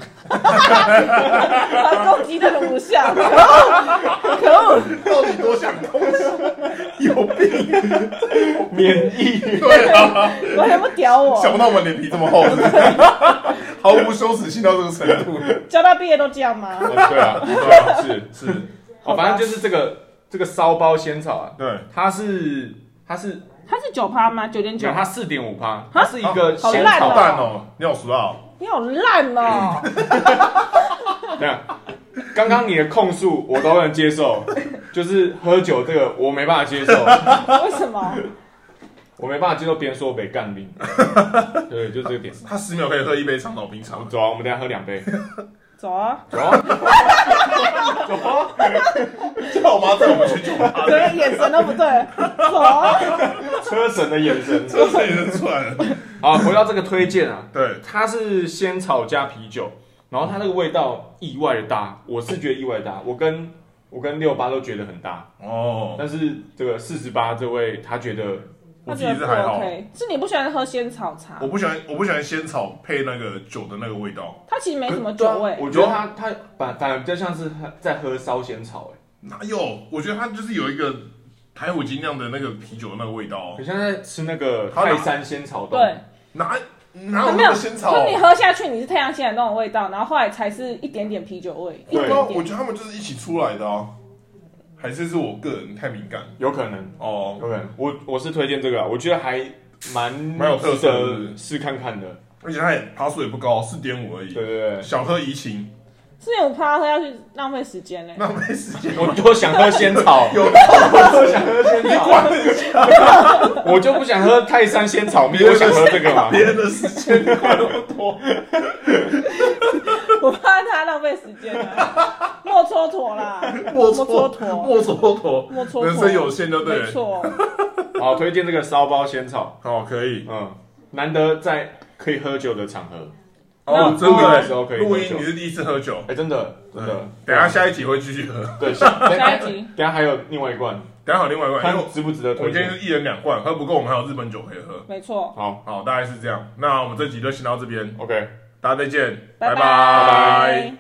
S1: 把攻击的容不下，可恶，可恶，
S2: 嗯
S3: 到底多想东 西？有病！
S2: 免疫，
S3: 对啊，
S1: 我还不屌我，
S3: 想不到我们脸皮这 么厚，是不是毫无羞耻心到这个程度。
S1: 教到毕业都这样吗？
S2: 哦对啊，对啊，是，
S3: 是，
S2: 哦，反正就是这个这个烧包仙草啊，
S3: 对，
S2: 它是它是
S1: 它是九趴吗？九点九
S2: 讲？它四点五趴，它是一个
S1: 好
S2: 仙
S1: 烂
S3: 好
S1: 哦
S2: 草，
S3: 淡哦，你好熟啊。
S1: 你好烂 哦！
S2: 这样。啊刚刚你的控诉我都能 接受，就是喝酒这个我没办法接受，
S1: 为什么？
S2: 我没办法接受别人说我被干病，对，就这个点。
S3: 他十秒可以喝一杯长岛冰茶，
S2: 走啊，我们等一下喝两杯。
S1: 走啊！
S2: 走啊，走啊，
S3: 叫我妈带我们去酒吧，
S1: 对，眼神都不对。走啊！
S2: 车神的眼神。
S3: 这谁认出来
S2: 啊
S3: 了？
S2: 好，回到这个推荐啊，
S3: 对，
S2: 它是仙草加啤酒，然后它那个味道意外的大，我是觉得意外的大，我跟我跟六八都觉得很大，
S3: 哦，
S2: 但是这个四十八这位他觉得
S3: 我
S1: 他
S3: 其
S1: 觉
S3: 实
S1: 得不
S3: 还好，
S1: OK，是你不喜欢喝仙草茶
S3: 我，不喜欢，我不喜欢仙草配那个酒的那个味道，
S1: 它其实没什么酒味。
S2: 我觉得
S3: 哦
S2: 他他反反而比较像是他在喝烧仙草、欸，
S3: 哪有？我觉得它就是有一个台虎精酿的那个啤酒的那个味道，
S2: 很像在吃那个
S3: 好啦
S2: 泰山仙草冻。
S1: 对，
S3: 哪哪
S1: 它
S3: 啊有
S1: 没有，
S3: 那个仙草
S1: 就？你喝下去你是太阳仙的那种味道，然后后来才是一点点啤酒味，一
S2: 对
S1: 点
S3: 对啊，我
S1: 点。
S3: 觉得他们就是一起出来的啊，还是是我个人太敏感
S2: 有可能，
S3: 哦。
S2: 有可能。我我是推荐这个啊，我觉得还蛮
S3: 蛮有特
S2: 值
S3: 色的是不
S2: 得
S3: 是
S2: 试看看的。
S3: 而且它也爬树也不高，四点五而
S2: 对
S3: 已，
S2: 对对。
S3: 小喝怡情，
S1: 四点五趴喝下去浪费时间嘞。
S3: 那没时 间。
S2: 我多想喝仙 草，
S3: 有
S2: 我多想喝仙草，我就不想喝泰山仙草蜜，我想喝这个嘛。
S3: 别人的时间管那么多，
S1: 我怕它浪费时间啊， 莫蹉跎啦，
S3: 莫
S1: 蹉
S3: 蹉
S1: 跎，
S3: 莫蹉跎，
S1: 莫蹉跎，
S3: 人生有限就对
S1: 没
S3: 了。
S1: 错。
S2: 好，推荐这个烧包仙草，
S3: 好，可以。
S2: 嗯，难得在可以喝酒的场合，
S1: 那
S3: 哦，真的
S2: 录音
S3: 欸
S2: 的时候可以喝酒
S3: 录音，你是第一次喝酒。
S2: 哎，真的真的
S3: 嗯，等一下下一集会继续喝，
S2: 对下
S1: 下一集，
S2: 等下还有另外一罐，
S3: 等一下好另外一罐，
S2: 看
S3: 因为
S2: 值不值得
S3: 我我
S2: 推
S3: 今天
S2: 荐。
S3: 是一人两罐，喝不够我们还有日本酒可以喝。
S1: 没错，
S2: 好
S3: 好，大概是这样。那我们这集就先到这边，
S2: ，OK。
S3: 大家再见，
S1: 拜
S3: 拜
S1: 拜